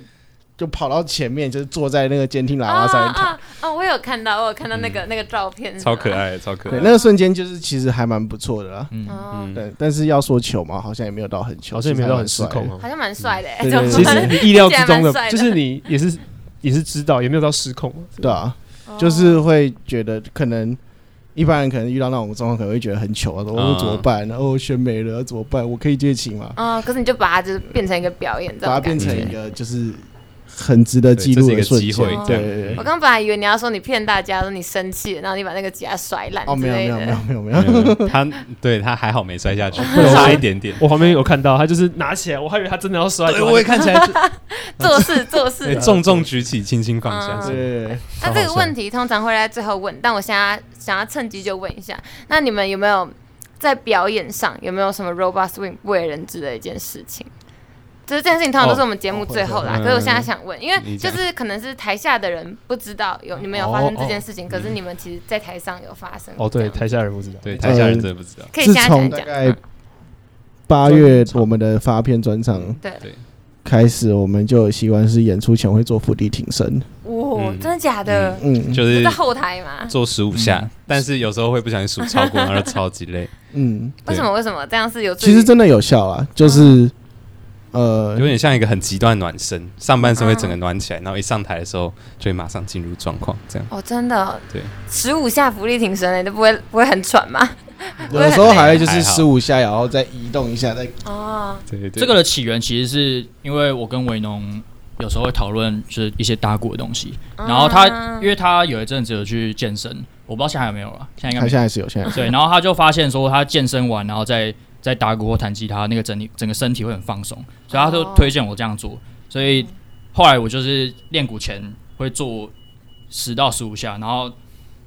Speaker 7: 就跑到前面，就是坐在那个监听喇叭上面弹。
Speaker 3: 啊啊！哦我有看到，我有看到那
Speaker 7: 嗯
Speaker 3: 个那个照片，
Speaker 6: 超可。爱的，超可
Speaker 7: 对，
Speaker 6: 爱
Speaker 7: 那。个瞬间就是其实还蛮不错的啦。
Speaker 4: 嗯，
Speaker 3: 哦，
Speaker 6: 嗯，
Speaker 7: 对，但是要说糗嘛，好像也没有到很糗，
Speaker 5: 好像也没有到很失
Speaker 7: 其实还
Speaker 5: 控
Speaker 7: 蛮帅的。
Speaker 5: 哦
Speaker 3: 好。像蛮帅的欸，
Speaker 7: 嗯对
Speaker 3: 怎么
Speaker 7: 对
Speaker 5: 其 实你意料之中
Speaker 3: 听起来蛮帅
Speaker 5: 的，
Speaker 3: 的
Speaker 5: 就是你也是也是知道，也没有到失控。
Speaker 7: 对啊，
Speaker 3: 哦
Speaker 7: 就是会觉得可能。一般人可能遇到那种状况，可能会觉得很糗啊，说
Speaker 6: 嗯
Speaker 7: 我怎么办？然后选美了怎么办？我可以借琴吗？
Speaker 3: 嗯，可是你就把它就是变成一个表演，这
Speaker 7: 把它
Speaker 3: 种
Speaker 7: 变
Speaker 3: 感
Speaker 7: 成
Speaker 3: 觉。
Speaker 7: 一个就是很值得记录
Speaker 6: 对这
Speaker 7: 的
Speaker 6: 是
Speaker 7: 瞬
Speaker 6: 一个
Speaker 7: 间
Speaker 6: 机会。
Speaker 7: 对
Speaker 6: 这样
Speaker 7: 对对
Speaker 3: 我。刚本来以为你要说你骗大家，说你生气了，然后你把那个吉他甩烂
Speaker 7: 哦，
Speaker 3: 之
Speaker 7: 没有没
Speaker 3: 类
Speaker 7: 有
Speaker 3: 的。
Speaker 7: 没有没有没
Speaker 6: 没
Speaker 7: 有，
Speaker 6: 有没 有他对他还好没摔下去，
Speaker 5: 有
Speaker 6: 差一点点。
Speaker 5: 我旁边有看到他，就是拿起来，我还以为他真的要摔，
Speaker 6: 哎对，我也看起来 就
Speaker 3: 做事做
Speaker 6: 对
Speaker 3: 事。
Speaker 6: 重重举起，轻轻放下。
Speaker 3: 哦嗯
Speaker 6: 是
Speaker 7: 对对对，
Speaker 3: 那这个问题通常会在最后问，但我现在想要趁机就问一下，那你们有没有在表演上有没有什么 robust win 不为人知的一件事情？就是这件事情通常都是我们节目最后啦。
Speaker 6: 哦
Speaker 3: 可是我现在想问，因为
Speaker 6: 你
Speaker 3: 就
Speaker 6: 讲
Speaker 3: 是可能是台下的人不知道有你们有发生这件事情，可是你们其实在台上有发生。
Speaker 5: 哦，对，
Speaker 3: 这样
Speaker 5: 台下人不知道，
Speaker 6: 对，台下人真的不知道。
Speaker 3: 可以啊现在讲一
Speaker 7: 自从
Speaker 3: 讲
Speaker 7: 大。概八月我们的发片专场
Speaker 3: 对
Speaker 6: 对
Speaker 7: 开始，我们就有习惯是演出前会做伏地挺身，
Speaker 3: 哇，
Speaker 6: 嗯
Speaker 3: 真的假的？
Speaker 7: 嗯
Speaker 6: 就
Speaker 3: 不
Speaker 6: 是
Speaker 3: 在后台吗？
Speaker 6: 做十五下
Speaker 4: 嗯，
Speaker 6: 但是有时候会不小心 数超过，然后超级 累。
Speaker 7: 嗯，
Speaker 3: 为什么？为什么这样是有助于？
Speaker 7: 其实真的有效啦，就是呃
Speaker 6: 有，点像一个很极端的暖身，上半身会整个暖起来，然后一上台的时候就会马上进入状况，这样。
Speaker 3: 哦，真的。
Speaker 6: 对，
Speaker 3: 十五下浮力挺身诶，都不会不会很喘吗？
Speaker 7: 有的时候还会就是
Speaker 6: 哎还好
Speaker 7: 十五下，然后再移动一下，再
Speaker 3: 哦，
Speaker 6: 对对对，
Speaker 4: 这个的起源其实是因为我跟维农有时候会讨论就是一些搭鼓的东西，
Speaker 3: 啊
Speaker 4: 然后他因为他有一阵子有去健身，我不知道现在还有没有了，现在应该没
Speaker 7: 他
Speaker 4: 有
Speaker 7: 现在是有，
Speaker 6: 嗯
Speaker 7: 现在
Speaker 4: 对，然后他就发现说，他健身完，然后再再打鼓或弹吉他，那个整体整个身体会很放松，所以他就
Speaker 3: 哦
Speaker 4: 推荐我这样做。所以后来我就是练鼓前会做十到十五下，然后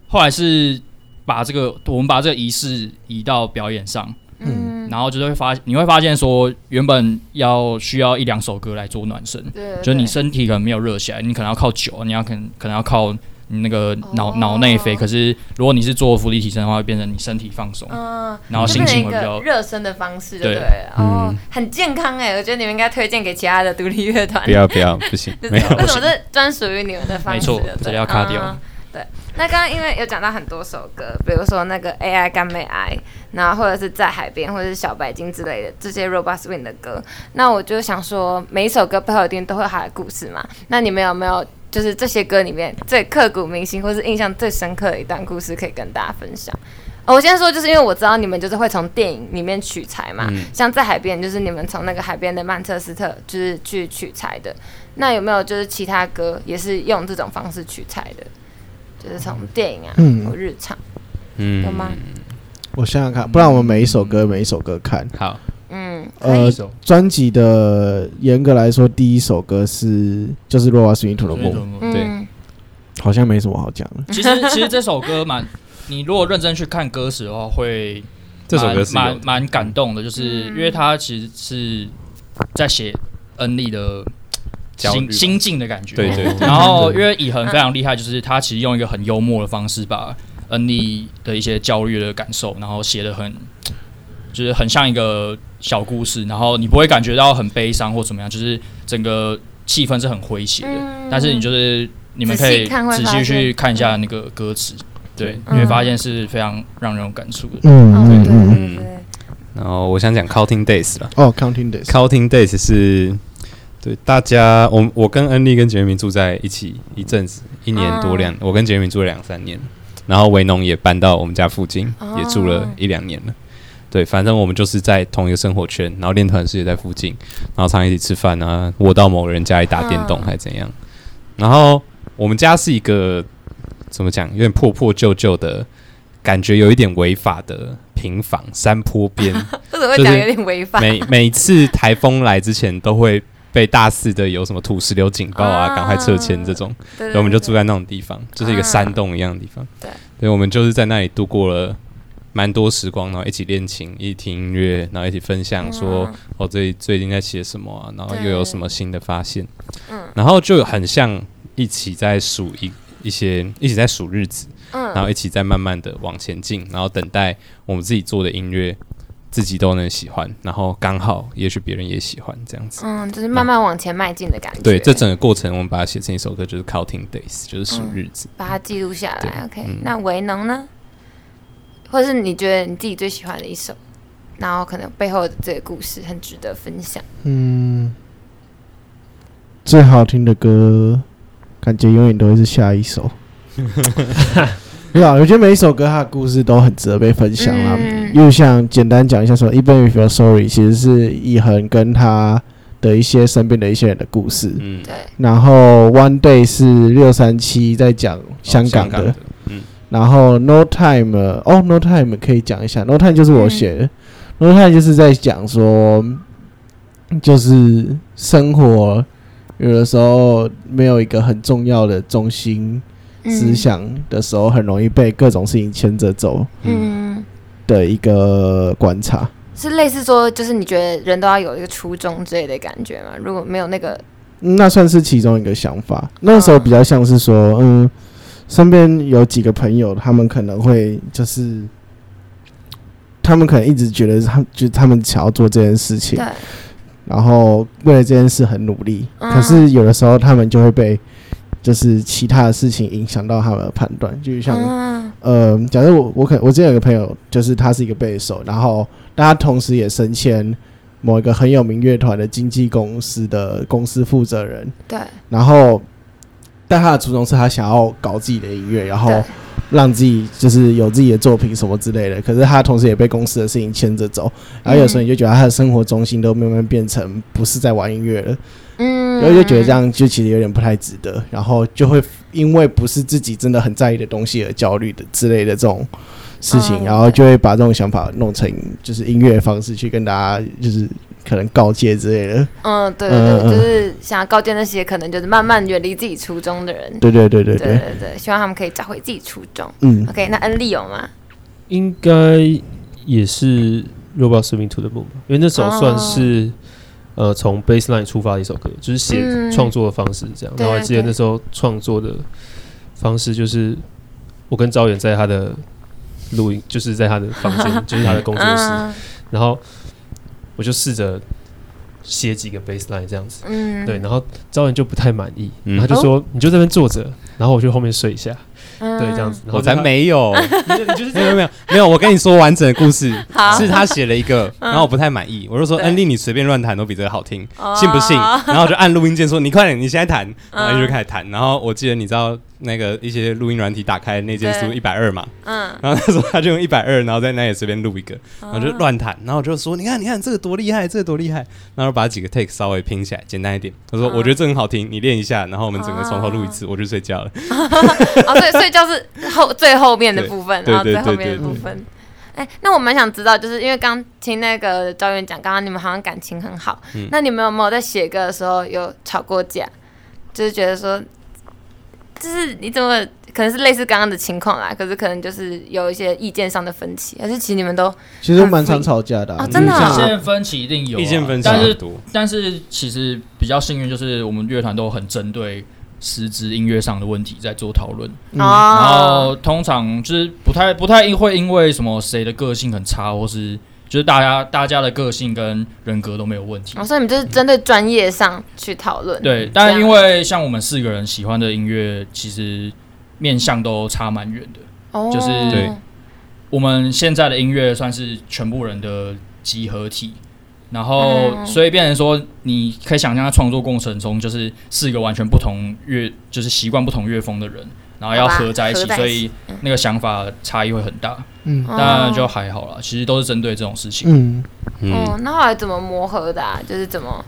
Speaker 4: 后来是把这个我们把这个仪式移到表演上，
Speaker 3: 嗯，
Speaker 4: 然后就会发你会发现说，原本要需要一两首歌来做暖身，
Speaker 3: 对，
Speaker 4: 就是你
Speaker 3: 对
Speaker 4: 身体可能没有热起来，你可能要靠酒，你要可能可能要靠你那个
Speaker 3: 哦
Speaker 4: 脑脑内啡。可是如果你是做浮力提升的话，会变成你身体放松，
Speaker 3: 嗯，
Speaker 4: 然后
Speaker 3: 就
Speaker 4: 心
Speaker 3: 变成
Speaker 4: 情
Speaker 3: 一
Speaker 4: 会比
Speaker 3: 个
Speaker 4: 较。
Speaker 3: 热身的方式，对
Speaker 4: 对
Speaker 3: 不对？哦，很健康哎，我觉得你们应该推荐给其他的独立乐团。
Speaker 6: 不要不要，不行，
Speaker 3: 就是
Speaker 6: 没有
Speaker 3: 为什么 这专属于你们的方式？
Speaker 4: 没错
Speaker 3: 对不对
Speaker 4: 这里要卡掉
Speaker 3: 嗯对，那刚刚因为有讲到很多首歌，比如说那个 AI 干妹 I，然后或者是在海边，或者是小白鲸之类的这些 Robot Swing 的歌，那我就想说，每一首歌背后一定都会有它的故事嘛。那你们有没有就是这些歌里面最刻骨铭心，或是印象最深刻的一段故事可以跟大家分享？哦我先说，就是因为我知道你们就是会从电影里面取材嘛，
Speaker 4: 嗯
Speaker 3: 像在海边，就是你们从那个海边的曼彻斯特，就是去取材的。那有没有就是其他歌也是用这种方式取材的？就是从电影啊，
Speaker 7: 嗯
Speaker 3: 或日常
Speaker 6: 嗯
Speaker 3: 有吗？
Speaker 7: 我想想看，不然我们每一首歌每一首歌看。
Speaker 6: 好，
Speaker 3: 嗯，可以
Speaker 7: 呃，专辑的严格来说，第一首歌是就是《落花水泥土的梦》，
Speaker 6: 对
Speaker 3: 嗯，
Speaker 7: 好像没什么好讲的。
Speaker 4: 其实其实这首歌蛮，你如果认真去看歌词的话，会
Speaker 6: 这首歌是
Speaker 4: 蛮
Speaker 6: 有
Speaker 4: 蛮蛮感动的，就是
Speaker 3: 嗯
Speaker 4: 因为他其实是在写恩利的
Speaker 6: 焦虑
Speaker 4: 心
Speaker 6: 吧
Speaker 4: 心境的感觉。
Speaker 6: 对对对
Speaker 4: 然后因为以恒非常厉害，就是他其实用一个很幽默的方式把恩利的一些焦虑的感受，然后写的很，就是很像一个小故事，然后你不会感觉到很悲伤或怎么样，就是整个气氛是很诙谐的，
Speaker 3: 嗯
Speaker 4: 但是你就是你们可
Speaker 3: 仔细
Speaker 4: 以
Speaker 3: 看会
Speaker 4: 仔
Speaker 3: 发现
Speaker 4: 细去看一下那个歌词，对，
Speaker 3: 嗯
Speaker 4: 你会发现是非常让人有感触的。
Speaker 3: 哦
Speaker 7: 嗯
Speaker 3: 对
Speaker 7: 嗯嗯。
Speaker 3: 对对对，
Speaker 6: 然后我想讲 Counting Days 啦
Speaker 7: 哦，Counting Days，
Speaker 6: ，Counting Days 是对大家，我我跟恩利跟杰明住在一起一阵子，一年多
Speaker 3: 嗯
Speaker 6: 两，我跟杰明住了两三年，然后维农也搬到我们家附近，
Speaker 3: 哦
Speaker 6: 也住了一两年了。对，反正我们就是在同一个生活圈，然后练团时也在附近，然后常一起吃饭啊，我到某人家里打电动
Speaker 3: 嗯
Speaker 6: 还是怎样。然后我们家是一个怎么讲，有点破破旧旧的感觉，有一点违法的平房，山坡边，
Speaker 3: 为什么会
Speaker 6: 就
Speaker 3: 讲
Speaker 6: 是
Speaker 3: 有点违法？
Speaker 6: 每每次台风来之前都会被大肆的有什么土石流警报啊，
Speaker 3: 啊
Speaker 6: 赶快撤迁这种，
Speaker 3: 对
Speaker 6: 然后我们就住
Speaker 3: 在
Speaker 6: 在那种地方，就是一个山洞一样的地方。
Speaker 3: 对，
Speaker 6: 对，我们就是在那里度过了蛮多时光，然后一起练琴，一起听音乐，然后一起分享
Speaker 3: 嗯
Speaker 6: 说哦，最最近在写什么啊，然后又有什么新的发现，
Speaker 3: 嗯
Speaker 6: 然后就很像一起在数一一些一起在数日子，
Speaker 3: 嗯
Speaker 6: 然后一起再慢慢的往前进，然后等待我们自己做的音乐自己都能喜欢，然后刚好也许别人也喜欢这样子。
Speaker 3: 嗯，就是慢慢往前迈进的感觉。
Speaker 6: 对，这整个过程我们把它写成一首歌，就是 Counting Days，就是数日子。
Speaker 3: 把它记录下来。OK，、
Speaker 6: 嗯
Speaker 3: 那维能呢？或是你觉得你自己最喜欢的一首，然后可能背后的这个故事很值得分享。
Speaker 7: 嗯，最好听的歌，感觉永远都会是下一首。对啊，我觉得每一首歌它的故事都很值得被分享啦。
Speaker 3: 嗯
Speaker 7: 又想简单讲一下说，《Even If You're Sorry》其实是以恒跟他的一些身边的一些人的故事。
Speaker 6: 嗯，
Speaker 3: 对，
Speaker 7: 然后 One Day 是六三七在讲香港的，
Speaker 6: 的，
Speaker 7: 然后 No Time 呃哦 No Time 可以讲一下，No Time 就是我写的、n o Time 就是在讲说，就是生活有的时候没有一个很重要的中心
Speaker 3: 嗯
Speaker 7: 思想的时候，很容易被各种事情牵着走
Speaker 6: 嗯
Speaker 3: 嗯，
Speaker 7: 的一个观察。
Speaker 3: 嗯是类似说，就是你觉得人都要有一个初衷之类的感觉吗？如果没有那个，
Speaker 7: 嗯那算是其中一个想法。那时候比较像是说，嗯，身边有几个朋友，他们可能会就是，他们可能一直觉得他们就他们想要做这件事情
Speaker 3: 对，，
Speaker 7: 然后为了这件事很努力，
Speaker 3: 嗯
Speaker 7: 可是有的时候他们就会被就是其他的事情影响到他们的判断，就是像、
Speaker 3: 嗯
Speaker 7: 呃，假设我我可我之前有个朋友，就是他是一个贝斯手，然后但他同时也升迁某一个很有名乐团的经纪公司的公司负责人，
Speaker 3: 对
Speaker 7: 然后但他的初衷是他想要搞自己的音乐，然后
Speaker 3: 对
Speaker 7: 让自己就是有自己的作品什么之类的。可是他同时也被公司的事情牵着走，然后有时候你就觉得他的生活中心都慢慢变成不是在玩音乐了，
Speaker 3: 嗯，
Speaker 7: 然后就觉得这样就其实有点不太值得，然后就会因为不是自己真的很在意的东西而焦虑的之类的这种。事情，
Speaker 3: 嗯
Speaker 7: 然后就会把这种想法弄成就是音乐的方式去跟大家就是可能告诫之类的。
Speaker 3: 嗯，对对
Speaker 7: 嗯嗯
Speaker 3: 对，就是想要告诫那些可能就是慢慢远离自己初衷的人，
Speaker 7: 对对对对
Speaker 3: 对
Speaker 7: 对，
Speaker 3: 对对，希望他们可以找回自己初衷。
Speaker 7: 嗯，
Speaker 3: OK，那恩利有吗？
Speaker 5: 应该也是《Robot Swimming to the Moon》吧，因为那首算
Speaker 3: 哦
Speaker 5: 是、呃从 baseline 出发的一首歌，就是写
Speaker 3: 嗯
Speaker 5: 创作的方式这样。
Speaker 3: 对
Speaker 5: 然
Speaker 3: 啊
Speaker 5: 后我还记得
Speaker 3: 对
Speaker 5: 那时候创作的方式就是我跟招远在他的录音，就是在他的房 间，就是他的工作室，
Speaker 3: 嗯
Speaker 5: 然后我就试着写几个 baseline 这样子。
Speaker 3: 嗯，哦
Speaker 5: 对，然后招远就不太满意，
Speaker 6: 嗯
Speaker 5: 然后他就说：“你就在那边坐着，然后我去后面睡一下。”
Speaker 3: 嗯
Speaker 5: 对，这样子。然后
Speaker 6: 我才
Speaker 5: 他，
Speaker 6: 没有，
Speaker 5: 你就你就是这
Speaker 6: 没
Speaker 5: 样
Speaker 6: 有没有没有，我跟你说完整的故事，
Speaker 3: 好
Speaker 6: 是他写了一个，
Speaker 5: 嗯
Speaker 6: 然后我不太满意，我就说
Speaker 3: 对
Speaker 6: 恩利你随便乱弹都比这个好听，
Speaker 5: 哦
Speaker 6: 信不信？然后我就按录音键说你快点，你现在
Speaker 5: 嗯
Speaker 6: 弹，然后就开始弹。然后我记得你知道那个一些录音软体打开那键数
Speaker 3: 对
Speaker 6: 一百二嘛，
Speaker 3: 嗯，
Speaker 6: 然后那时候他就用一百二，然后在那里随便录一个，然
Speaker 5: 哦
Speaker 6: 后就乱弹，然后我就说你看你看这个多厉害，这个多厉害，然后把几个 take 稍微拼起来，简单一点。他
Speaker 5: 嗯
Speaker 6: 说我觉得这很好听，你练一下，然后我们整个从头录一次，我就睡觉了。
Speaker 3: 哦，对，所以就是后最后面的
Speaker 6: 对
Speaker 3: 部分，
Speaker 6: 对
Speaker 3: 然后
Speaker 6: 对
Speaker 3: 最后
Speaker 6: 对
Speaker 3: 面的
Speaker 6: 对
Speaker 3: 部分。哎，那我蛮想知道，就是因为刚听那个赵源讲，刚刚你们好像感情很好，
Speaker 6: 嗯
Speaker 3: 那你们有没有在写歌的时候有吵过架？就是觉得说，就是你怎么可能是类似刚刚的情况啦？可是可能就是有一些意见上的分歧，还是其实你们都
Speaker 7: 其实蛮常吵架的、啊
Speaker 3: 哦真的啊
Speaker 4: 意
Speaker 7: 就是像
Speaker 4: 见分歧一定有啊、
Speaker 6: 意见分歧
Speaker 4: 但
Speaker 6: 很
Speaker 4: 是
Speaker 6: 多，
Speaker 4: 但是其实比较幸运，就是我们乐团都很针对实质音乐上的问题在做讨论，
Speaker 6: 嗯
Speaker 4: 然后
Speaker 3: 哦，
Speaker 4: 通常就是不太不太会因为什么谁的个性很差，或是就是大家大家的个性跟人格都没有问题
Speaker 3: 哦，。所以你们就是针对专业上去讨论，嗯
Speaker 4: 对，
Speaker 3: 这
Speaker 4: 但
Speaker 3: 样
Speaker 4: 因为像我们四个人喜欢的音乐，其实面向都差蛮远的。
Speaker 3: 哦，
Speaker 4: 就是
Speaker 6: 对
Speaker 4: 我们现在的音乐算是全部人的集合体，然后
Speaker 3: 嗯
Speaker 4: 所以变成说，你可以想象在创作过程中，就是四个完全不同乐，就是习惯不同乐风的人，然后要
Speaker 3: 好吧
Speaker 4: 合在一
Speaker 3: 合
Speaker 4: 起，
Speaker 3: 在一
Speaker 4: 所
Speaker 3: 起嗯
Speaker 4: 以那个想法差异会很大。
Speaker 7: 嗯
Speaker 3: 哦
Speaker 4: 但就还好啦，其实都是针对这种事情
Speaker 7: 嗯，
Speaker 6: 嗯
Speaker 3: 哦，，那后来怎么磨合的啊？就是怎么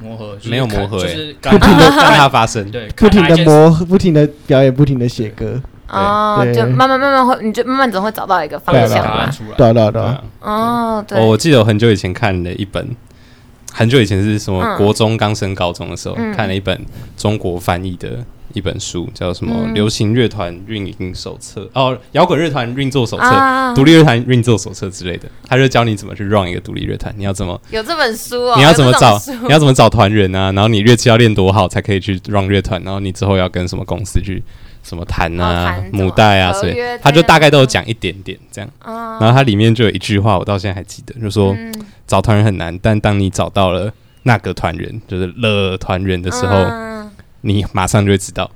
Speaker 4: 磨合，就是
Speaker 6: 没有磨
Speaker 4: 看
Speaker 6: 合，
Speaker 4: 就
Speaker 6: 欸
Speaker 4: 是
Speaker 6: 让
Speaker 4: 看
Speaker 6: 它让它发生。
Speaker 4: 对，
Speaker 7: 不
Speaker 4: 看
Speaker 7: 停
Speaker 4: 哪一
Speaker 7: 的
Speaker 4: 件
Speaker 7: 磨，不停的表演，不停的写歌，
Speaker 3: 哦，
Speaker 7: 对
Speaker 3: 就慢慢慢慢会，你就慢慢总会找到一个方
Speaker 4: 事
Speaker 7: 对
Speaker 4: 把
Speaker 7: 啊
Speaker 3: 向
Speaker 4: 答
Speaker 3: 吧
Speaker 4: 案。出来。
Speaker 7: 对啊对啊对
Speaker 6: 对
Speaker 7: 啊
Speaker 6: 啊，
Speaker 3: 哦，对，
Speaker 6: 我我记得我很久以前看了一本，很久以前是什么
Speaker 3: 嗯
Speaker 6: 国中刚升高中的时候、
Speaker 3: 嗯
Speaker 6: 看了一本中国翻译的一本书，叫什么
Speaker 3: 嗯
Speaker 6: 《流行乐团运营手册》哦，《摇滚乐团运作手册》
Speaker 3: 啊
Speaker 6: 独立乐团运作手册之类的，他就教你怎么去 run 一个独立乐团，你要怎么
Speaker 3: 有这本书哦，
Speaker 6: 你要怎么
Speaker 3: 有这
Speaker 6: 找
Speaker 3: 种书？
Speaker 6: 你要怎么找团员啊？然后你乐器要练多好才可以去 run 乐团？然后你之后要跟什么公司去什么谈
Speaker 3: 哦
Speaker 6: 啊
Speaker 3: 谈、什么
Speaker 6: 母带啊？
Speaker 3: 合
Speaker 6: 所以
Speaker 3: 约
Speaker 6: 他就
Speaker 3: 这样
Speaker 6: 大概都有
Speaker 3: 嗯
Speaker 6: 讲一点点这样。
Speaker 3: 哦
Speaker 6: 然后它里面就有一句话，我到现在还记得，就说
Speaker 3: 嗯
Speaker 6: 找团员很难，但当你找到了那个团员，就是了团员的时候，
Speaker 3: 嗯
Speaker 6: 你马上就会知道。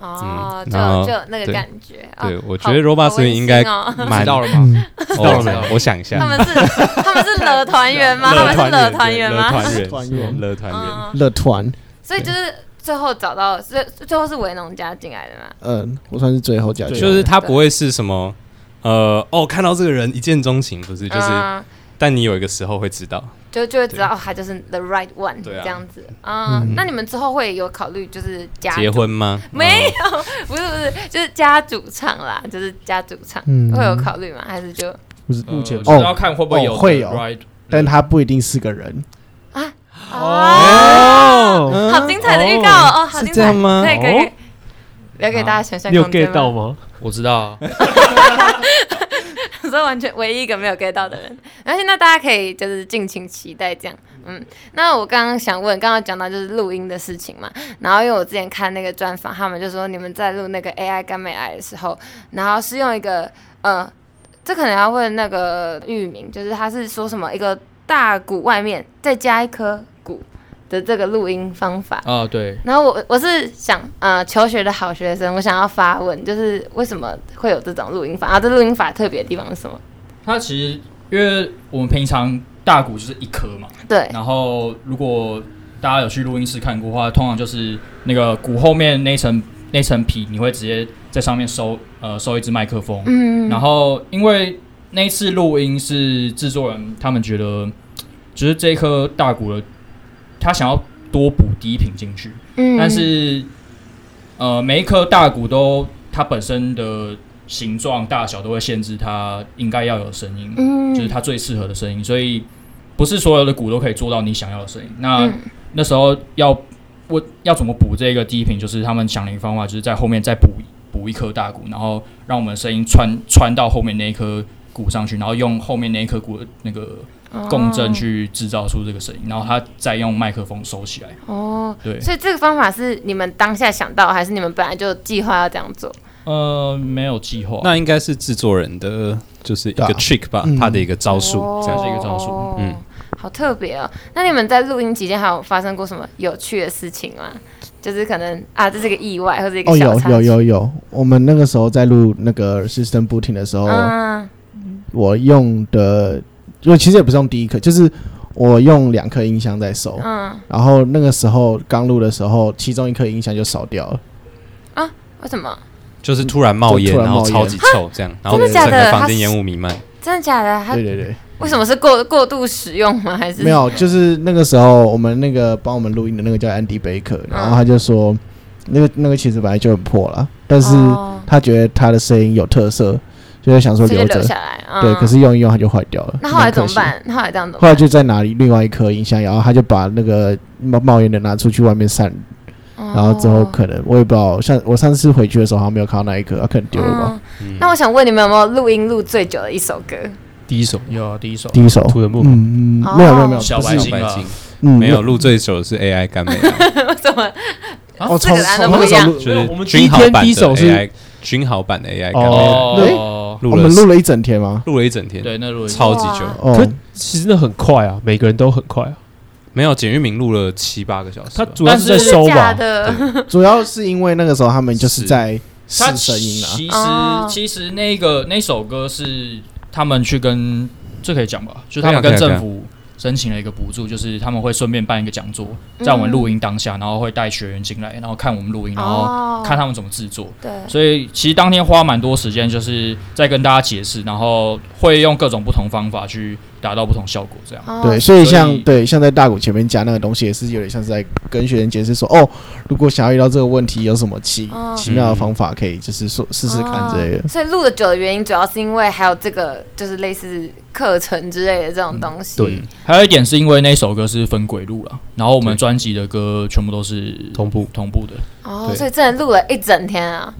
Speaker 3: 哦，
Speaker 6: 嗯
Speaker 3: 就
Speaker 6: 然后
Speaker 3: 就那个
Speaker 6: 对
Speaker 3: 感觉。哦
Speaker 6: 对，我
Speaker 3: 好
Speaker 6: 觉得 Roba
Speaker 3: 好温
Speaker 6: n
Speaker 3: 馨
Speaker 6: 应该
Speaker 3: 哦
Speaker 4: 你
Speaker 6: 蛮
Speaker 4: 知道了
Speaker 7: 嗯
Speaker 4: 吗？
Speaker 6: 知
Speaker 4: 道了吗
Speaker 6: 我想一
Speaker 3: 他
Speaker 6: 下，
Speaker 3: 们是他们是惹团员 吗？他们是惹团员
Speaker 6: 乐
Speaker 3: 吗？
Speaker 6: 团员，
Speaker 7: 团
Speaker 6: 对
Speaker 7: 员
Speaker 6: 乐团员，
Speaker 3: 嗯，
Speaker 7: 乐团，
Speaker 3: 所以就是最后找到，最最后是维农家进来的嘛？
Speaker 7: 嗯，我算是最后
Speaker 4: 啊
Speaker 7: 加进来
Speaker 6: 就是他不会是什么。呃，哦，看到这个人一见钟情，不是就是，
Speaker 3: 嗯
Speaker 6: 但你有一个时候会知道，
Speaker 3: 就就会知道哦，他就是 the right one
Speaker 6: 对啊
Speaker 3: 这样子啊。
Speaker 7: 嗯
Speaker 3: 那你们之后会有考虑就是家
Speaker 6: 结婚吗？嗯
Speaker 3: 没有，不是不是，就是家主唱啦，就是家主唱，
Speaker 7: 嗯
Speaker 3: 会有考虑吗？还是就
Speaker 7: 不是
Speaker 4: 呃
Speaker 7: 目前
Speaker 4: 就是要
Speaker 7: 哦，
Speaker 4: 看会不会有
Speaker 7: 哦会有
Speaker 4: right，
Speaker 7: 但他不一定是个人，
Speaker 3: 哦，好精彩的预告哦，好
Speaker 6: 是
Speaker 3: 精
Speaker 6: 这
Speaker 3: 彩，
Speaker 6: 样吗
Speaker 3: 可以可以可以
Speaker 6: 哦，
Speaker 3: 留给大家想象
Speaker 5: 你有
Speaker 3: 空间
Speaker 5: get 到
Speaker 3: 吗？
Speaker 5: 吗？
Speaker 4: 我知道啊，
Speaker 3: 是完全唯一一个没有 get 到的人。然后现在大家可以就是尽情期待这样，嗯。那我刚刚想问，刚刚讲到就是录音的事情嘛，然后因为我之前看那个专访，他们就说你们在录那个 AI 干美癌的时候，然后是用一个呃，这可能要问那个域名，就是他是说什么一个大鼓外面再加一颗鼓的这个录音方法，
Speaker 4: 啊，对，
Speaker 3: 然后我我是想，呃，求学的好学生，我想要发问，就是为什么会有这种录音法啊？这录音法特别的地方是什么？
Speaker 4: 它其实因为我们平常大鼓就是一颗嘛，
Speaker 3: 对，
Speaker 4: 然后如果大家有去录音室看过的话，通常就是那个鼓后面那层那层皮，你会直接在上面收呃收一支麦克风，
Speaker 3: 嗯，
Speaker 4: 然后因为那一次录音是制作人他们觉得，就是这一颗大鼓的，他想要多补低频进去，
Speaker 3: 嗯
Speaker 4: 但是呃每一颗大鼓都它本身的形状大小都会限制它应该要有的声音，
Speaker 3: 嗯，
Speaker 4: 就是它最适合的声音，所以不是所有的鼓都可以做到你想要的声音。那、
Speaker 3: 嗯
Speaker 4: 那时候要我要怎么补这个低频，就是他们想了一个方法，就是在后面再补补一颗大鼓，然后让我们的声音穿穿到后面那一颗鼓上去，然后用后面那一颗鼓的那个
Speaker 3: 嗯
Speaker 4: 共振去制造出这个声音，然后他再用麦克风收起来。
Speaker 3: 哦，
Speaker 4: 对，
Speaker 3: 所以这个方法是你们当下想到，还是你们本来就计划要这样做？
Speaker 4: 呃，没有计划，
Speaker 6: 那应该是制作人的，就是一
Speaker 7: 对
Speaker 6: 个
Speaker 7: 啊
Speaker 6: trick 吧，
Speaker 7: 嗯
Speaker 6: 他的一个招数。
Speaker 3: 哦
Speaker 6: 这样
Speaker 4: 是一个招数
Speaker 6: 嗯，
Speaker 3: 好特别哦。那你们在录音期间还有发生过什么有趣的事情吗？就是可能啊，这是一个意外，或者一个
Speaker 7: 哦，
Speaker 3: 小
Speaker 7: 有
Speaker 3: 插曲
Speaker 7: 有，有有，我们那个时候在录那个 system booting 的时候，
Speaker 3: 嗯
Speaker 7: 我用的，我其实也不是用第一颗，就是我用两颗音箱在收，
Speaker 3: 嗯，
Speaker 7: 然后那个时候刚录的时候，其中一颗音箱就烧掉了，
Speaker 3: 为什么？
Speaker 6: 就是突然冒烟，
Speaker 7: 就突
Speaker 6: 然
Speaker 7: 然冒
Speaker 6: 后
Speaker 7: 烟
Speaker 6: 超级臭，这样，然后
Speaker 3: 真的假
Speaker 6: 整
Speaker 3: 的
Speaker 6: 个
Speaker 3: 它
Speaker 6: 房间
Speaker 3: 是
Speaker 6: 烟雾弥漫。
Speaker 3: 真的假的？他
Speaker 7: 对对对，
Speaker 3: 为什么是过过度使用吗？还是
Speaker 7: 没有，就是那个时候我们那个帮我们录音的那个叫安迪贝克，然后他就说，那个那个其实本来就很破了，但是
Speaker 3: 哦
Speaker 7: 他觉得他的声音有特色，所以想说
Speaker 3: 所以
Speaker 7: 留
Speaker 3: 就
Speaker 7: 着
Speaker 3: 留，下来。嗯、
Speaker 7: 对，可是用一用它就坏掉了，
Speaker 3: 那后来
Speaker 7: 蛮
Speaker 3: 怎
Speaker 7: 可
Speaker 3: 么
Speaker 7: 惜？
Speaker 3: 办？那后来这样怎么
Speaker 7: 后来
Speaker 3: 办？
Speaker 7: 就在拿另外一颗音箱，然后他就把那个冒冒烟的拿出去外面散，
Speaker 3: 然
Speaker 7: 然后之后可能我也不知道，像我上次回去的时候好像没有看到那一颗，啊可能丢了吧。
Speaker 3: 嗯那我想问你们有没有录音录最久的一首歌？
Speaker 5: 第一首
Speaker 4: 有啊第一首
Speaker 7: 第一首，
Speaker 5: 土人木
Speaker 7: 嗯，嗯没有没有没有，
Speaker 4: 小
Speaker 7: 不
Speaker 4: 白
Speaker 7: 是
Speaker 4: 鲸
Speaker 6: 白
Speaker 4: 啊
Speaker 6: 金
Speaker 7: 嗯
Speaker 6: 没有，录这一首是 AI 干妹啊，
Speaker 3: 怎么？
Speaker 5: 哦
Speaker 7: 我
Speaker 3: 四个
Speaker 7: 从
Speaker 3: 人都
Speaker 7: 从
Speaker 3: 不
Speaker 7: 那
Speaker 3: 一
Speaker 7: 时
Speaker 3: 样
Speaker 7: 候录
Speaker 6: 就
Speaker 5: 我
Speaker 6: 是
Speaker 5: 们第
Speaker 6: 君
Speaker 5: 一
Speaker 6: 豪
Speaker 5: 天
Speaker 6: 版
Speaker 5: 第一
Speaker 6: 的
Speaker 5: 首是
Speaker 6: AI，君豪版的 AI 干妹，
Speaker 4: 哦，
Speaker 6: 录
Speaker 7: 我
Speaker 6: 了
Speaker 7: 们录了一整天吗？
Speaker 6: 录了一整天，
Speaker 4: 对，那录音
Speaker 6: 超级久
Speaker 3: 哇，
Speaker 7: 哦
Speaker 5: 可，其实那很快啊，每个人都很快啊。
Speaker 6: 没有简玉明录了七八个小时嗯
Speaker 5: 他
Speaker 6: 吧，
Speaker 5: 主要是啊在
Speaker 4: 但是
Speaker 5: 收
Speaker 3: 真的假
Speaker 5: 吧，
Speaker 3: 的？
Speaker 7: 主要是因为那个时候他们就是
Speaker 6: 是
Speaker 7: 在试
Speaker 4: 他
Speaker 7: 声音啊，
Speaker 4: 其实、
Speaker 3: 哦
Speaker 4: 其实那个那首歌是他们去跟这可以讲吧，就是他
Speaker 6: 可以啊
Speaker 4: 们跟
Speaker 6: 可以啊
Speaker 4: 政府申请了一个补
Speaker 3: 啊
Speaker 4: 助，就是他们会顺便办一个讲座，
Speaker 3: 嗯
Speaker 4: 在我们录音当下，然后会带学员进来，然后看我们录音，然后
Speaker 3: 哦
Speaker 4: 看他们怎么制作。
Speaker 3: 对，
Speaker 4: 所以其实当天花蛮多时间，就是在跟大家解释，然后会用各种不同方法去达到不同效果，这样。
Speaker 3: 哦
Speaker 7: 对，所以
Speaker 4: 所以
Speaker 7: 像对像在大鼓前面加那个东西，也是有点像是在跟学员解释说，哦，如果想要遇到这个问题，有什么奇
Speaker 3: 哦
Speaker 7: 奇妙的方法可以就是说试试看之类的
Speaker 3: 哦。所以录的久的原因，主要是因为还有这个就是类似课程之类的这种东西。
Speaker 6: 对，
Speaker 4: 还有一点是因为那首歌是分轨录了，然后我们
Speaker 6: 对
Speaker 4: 专辑的歌全部都是
Speaker 5: 同步
Speaker 4: 同步的，
Speaker 3: 哦，
Speaker 6: 对
Speaker 3: 所以真的录了一整天啊。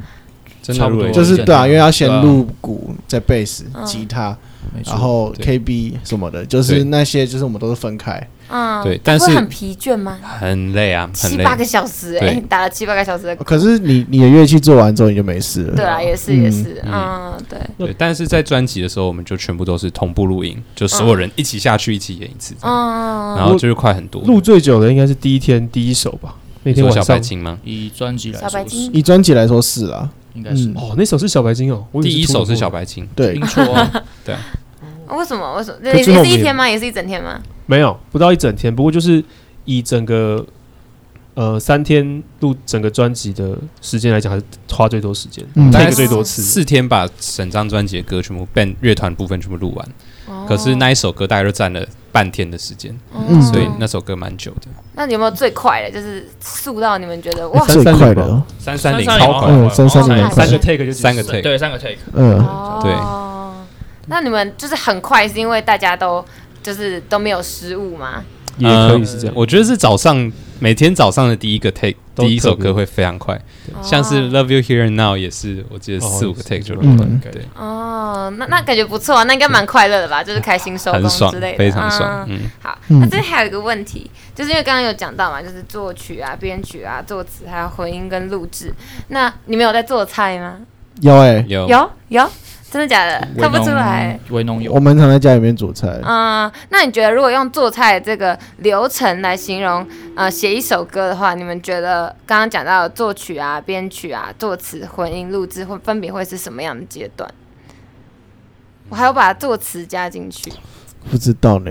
Speaker 6: 真的录了
Speaker 4: 差不多
Speaker 6: 一整
Speaker 7: 就
Speaker 6: 天，
Speaker 7: 是对啊，因为要先
Speaker 4: 对啊
Speaker 7: 录鼓、再贝斯
Speaker 3: 嗯、
Speaker 7: 吉他，
Speaker 4: 没错
Speaker 7: 然后
Speaker 6: 对
Speaker 7: KB 什么的，就是
Speaker 6: 对
Speaker 7: 那些就是我们都是分开。
Speaker 3: 嗯，
Speaker 6: 对但是
Speaker 3: 会很疲倦吗？
Speaker 6: 很累啊，很
Speaker 3: 七
Speaker 6: 累
Speaker 3: 八。个小时，哎，
Speaker 6: 对
Speaker 3: 你打了七八个小时的鼓。
Speaker 7: 可是你你的乐器做完之后你就没事
Speaker 3: 对
Speaker 7: 了，
Speaker 3: 啊，也是
Speaker 7: 嗯
Speaker 3: 也是，嗯，对，
Speaker 6: 对，但是在专辑的时候，我们就全部都是同步录音，就所有人一起下去，一起演一次，这样
Speaker 3: 嗯，
Speaker 6: 然后就是快很多。
Speaker 5: 录最久的应该是第一天第一首吧，那
Speaker 6: 你
Speaker 5: 天
Speaker 6: 说
Speaker 5: 晚
Speaker 6: 小
Speaker 5: 上
Speaker 6: 白鲸吗？
Speaker 4: 以专辑来
Speaker 3: 小白
Speaker 4: 说是
Speaker 3: 鲸
Speaker 7: 以专辑来说是啦，
Speaker 4: 应该是
Speaker 7: 嗯
Speaker 5: 哦，那首是小白鲸哦，我以为
Speaker 6: 第一首是小
Speaker 5: 白，
Speaker 6: 白鲸，
Speaker 7: 对，
Speaker 4: 错啊，
Speaker 3: 啊为什么？为什么？
Speaker 5: 可
Speaker 3: 也
Speaker 5: 最后
Speaker 3: 是
Speaker 5: 我们
Speaker 3: 一
Speaker 5: 也
Speaker 3: 天吗？也是一整天吗？
Speaker 5: 没有不到一整天，不过就是以整个呃三天录整个专辑的时间来讲，还是花最多时间
Speaker 7: 嗯
Speaker 5: ，take
Speaker 6: 但是
Speaker 5: 最多次。
Speaker 6: 四天把整张专辑的歌全部 band 乐团部分全部录完，
Speaker 3: 哦
Speaker 6: 可是那一首歌大概就占了半天的时间，
Speaker 7: 嗯
Speaker 6: 所以
Speaker 3: 哦
Speaker 6: 那首歌蛮久的。
Speaker 3: 那你有没有最快的？就是速到你们觉得哇，
Speaker 7: 最
Speaker 5: 三三零
Speaker 7: 快哎的
Speaker 5: 吧，
Speaker 6: 三三零
Speaker 4: 三
Speaker 6: 超
Speaker 4: 三零
Speaker 6: 快，
Speaker 7: 嗯，三三
Speaker 3: 哦
Speaker 7: 零
Speaker 3: 太
Speaker 5: 三
Speaker 7: 快
Speaker 5: 个 take 就结束
Speaker 6: 三个 take
Speaker 4: 对，三个 take。
Speaker 7: 嗯，
Speaker 6: 对
Speaker 3: 哦，那你们就是很快，是因为大家都就是都没有失误吗？
Speaker 5: 也可以是这样。
Speaker 6: 呃我觉得是早上每天早上的第一个 take
Speaker 5: 都
Speaker 6: 第一首
Speaker 5: 特别
Speaker 6: 歌会非常快，
Speaker 3: 哦
Speaker 6: 像是《Love You Here and Now》也是，我记得
Speaker 5: 哦
Speaker 6: 四五
Speaker 5: 也
Speaker 6: 个
Speaker 5: 是
Speaker 6: take 就
Speaker 5: 嗯
Speaker 6: 录完
Speaker 7: 嗯，
Speaker 6: 对，
Speaker 3: 哦，那那感觉不错啊，那应该蛮快乐的吧？就是开心收
Speaker 6: 嗯很
Speaker 3: 工
Speaker 6: 爽
Speaker 3: 之类的，，
Speaker 6: 非常
Speaker 3: 嗯
Speaker 6: 爽。嗯，
Speaker 3: 好，
Speaker 7: 嗯
Speaker 3: 那这边还有一个问题，就是因为刚刚有讲到嘛，就是作曲啊、编曲啊、作词还有混音跟录制。那你们有在做菜吗？
Speaker 7: 有哎，
Speaker 6: 有
Speaker 3: 有有，真的假的？看不出来。，
Speaker 4: 维农
Speaker 6: 哦
Speaker 4: 有
Speaker 7: 我们常在家里面煮菜，
Speaker 3: 嗯，那你觉得如果用做菜这个流程来形容，呃，写一首歌的话，你们觉得刚刚讲到的作曲啊、编曲啊、作词、混音、录制，会分别会是什么样的阶段？我还要把作词加进去。
Speaker 7: 不知道呢。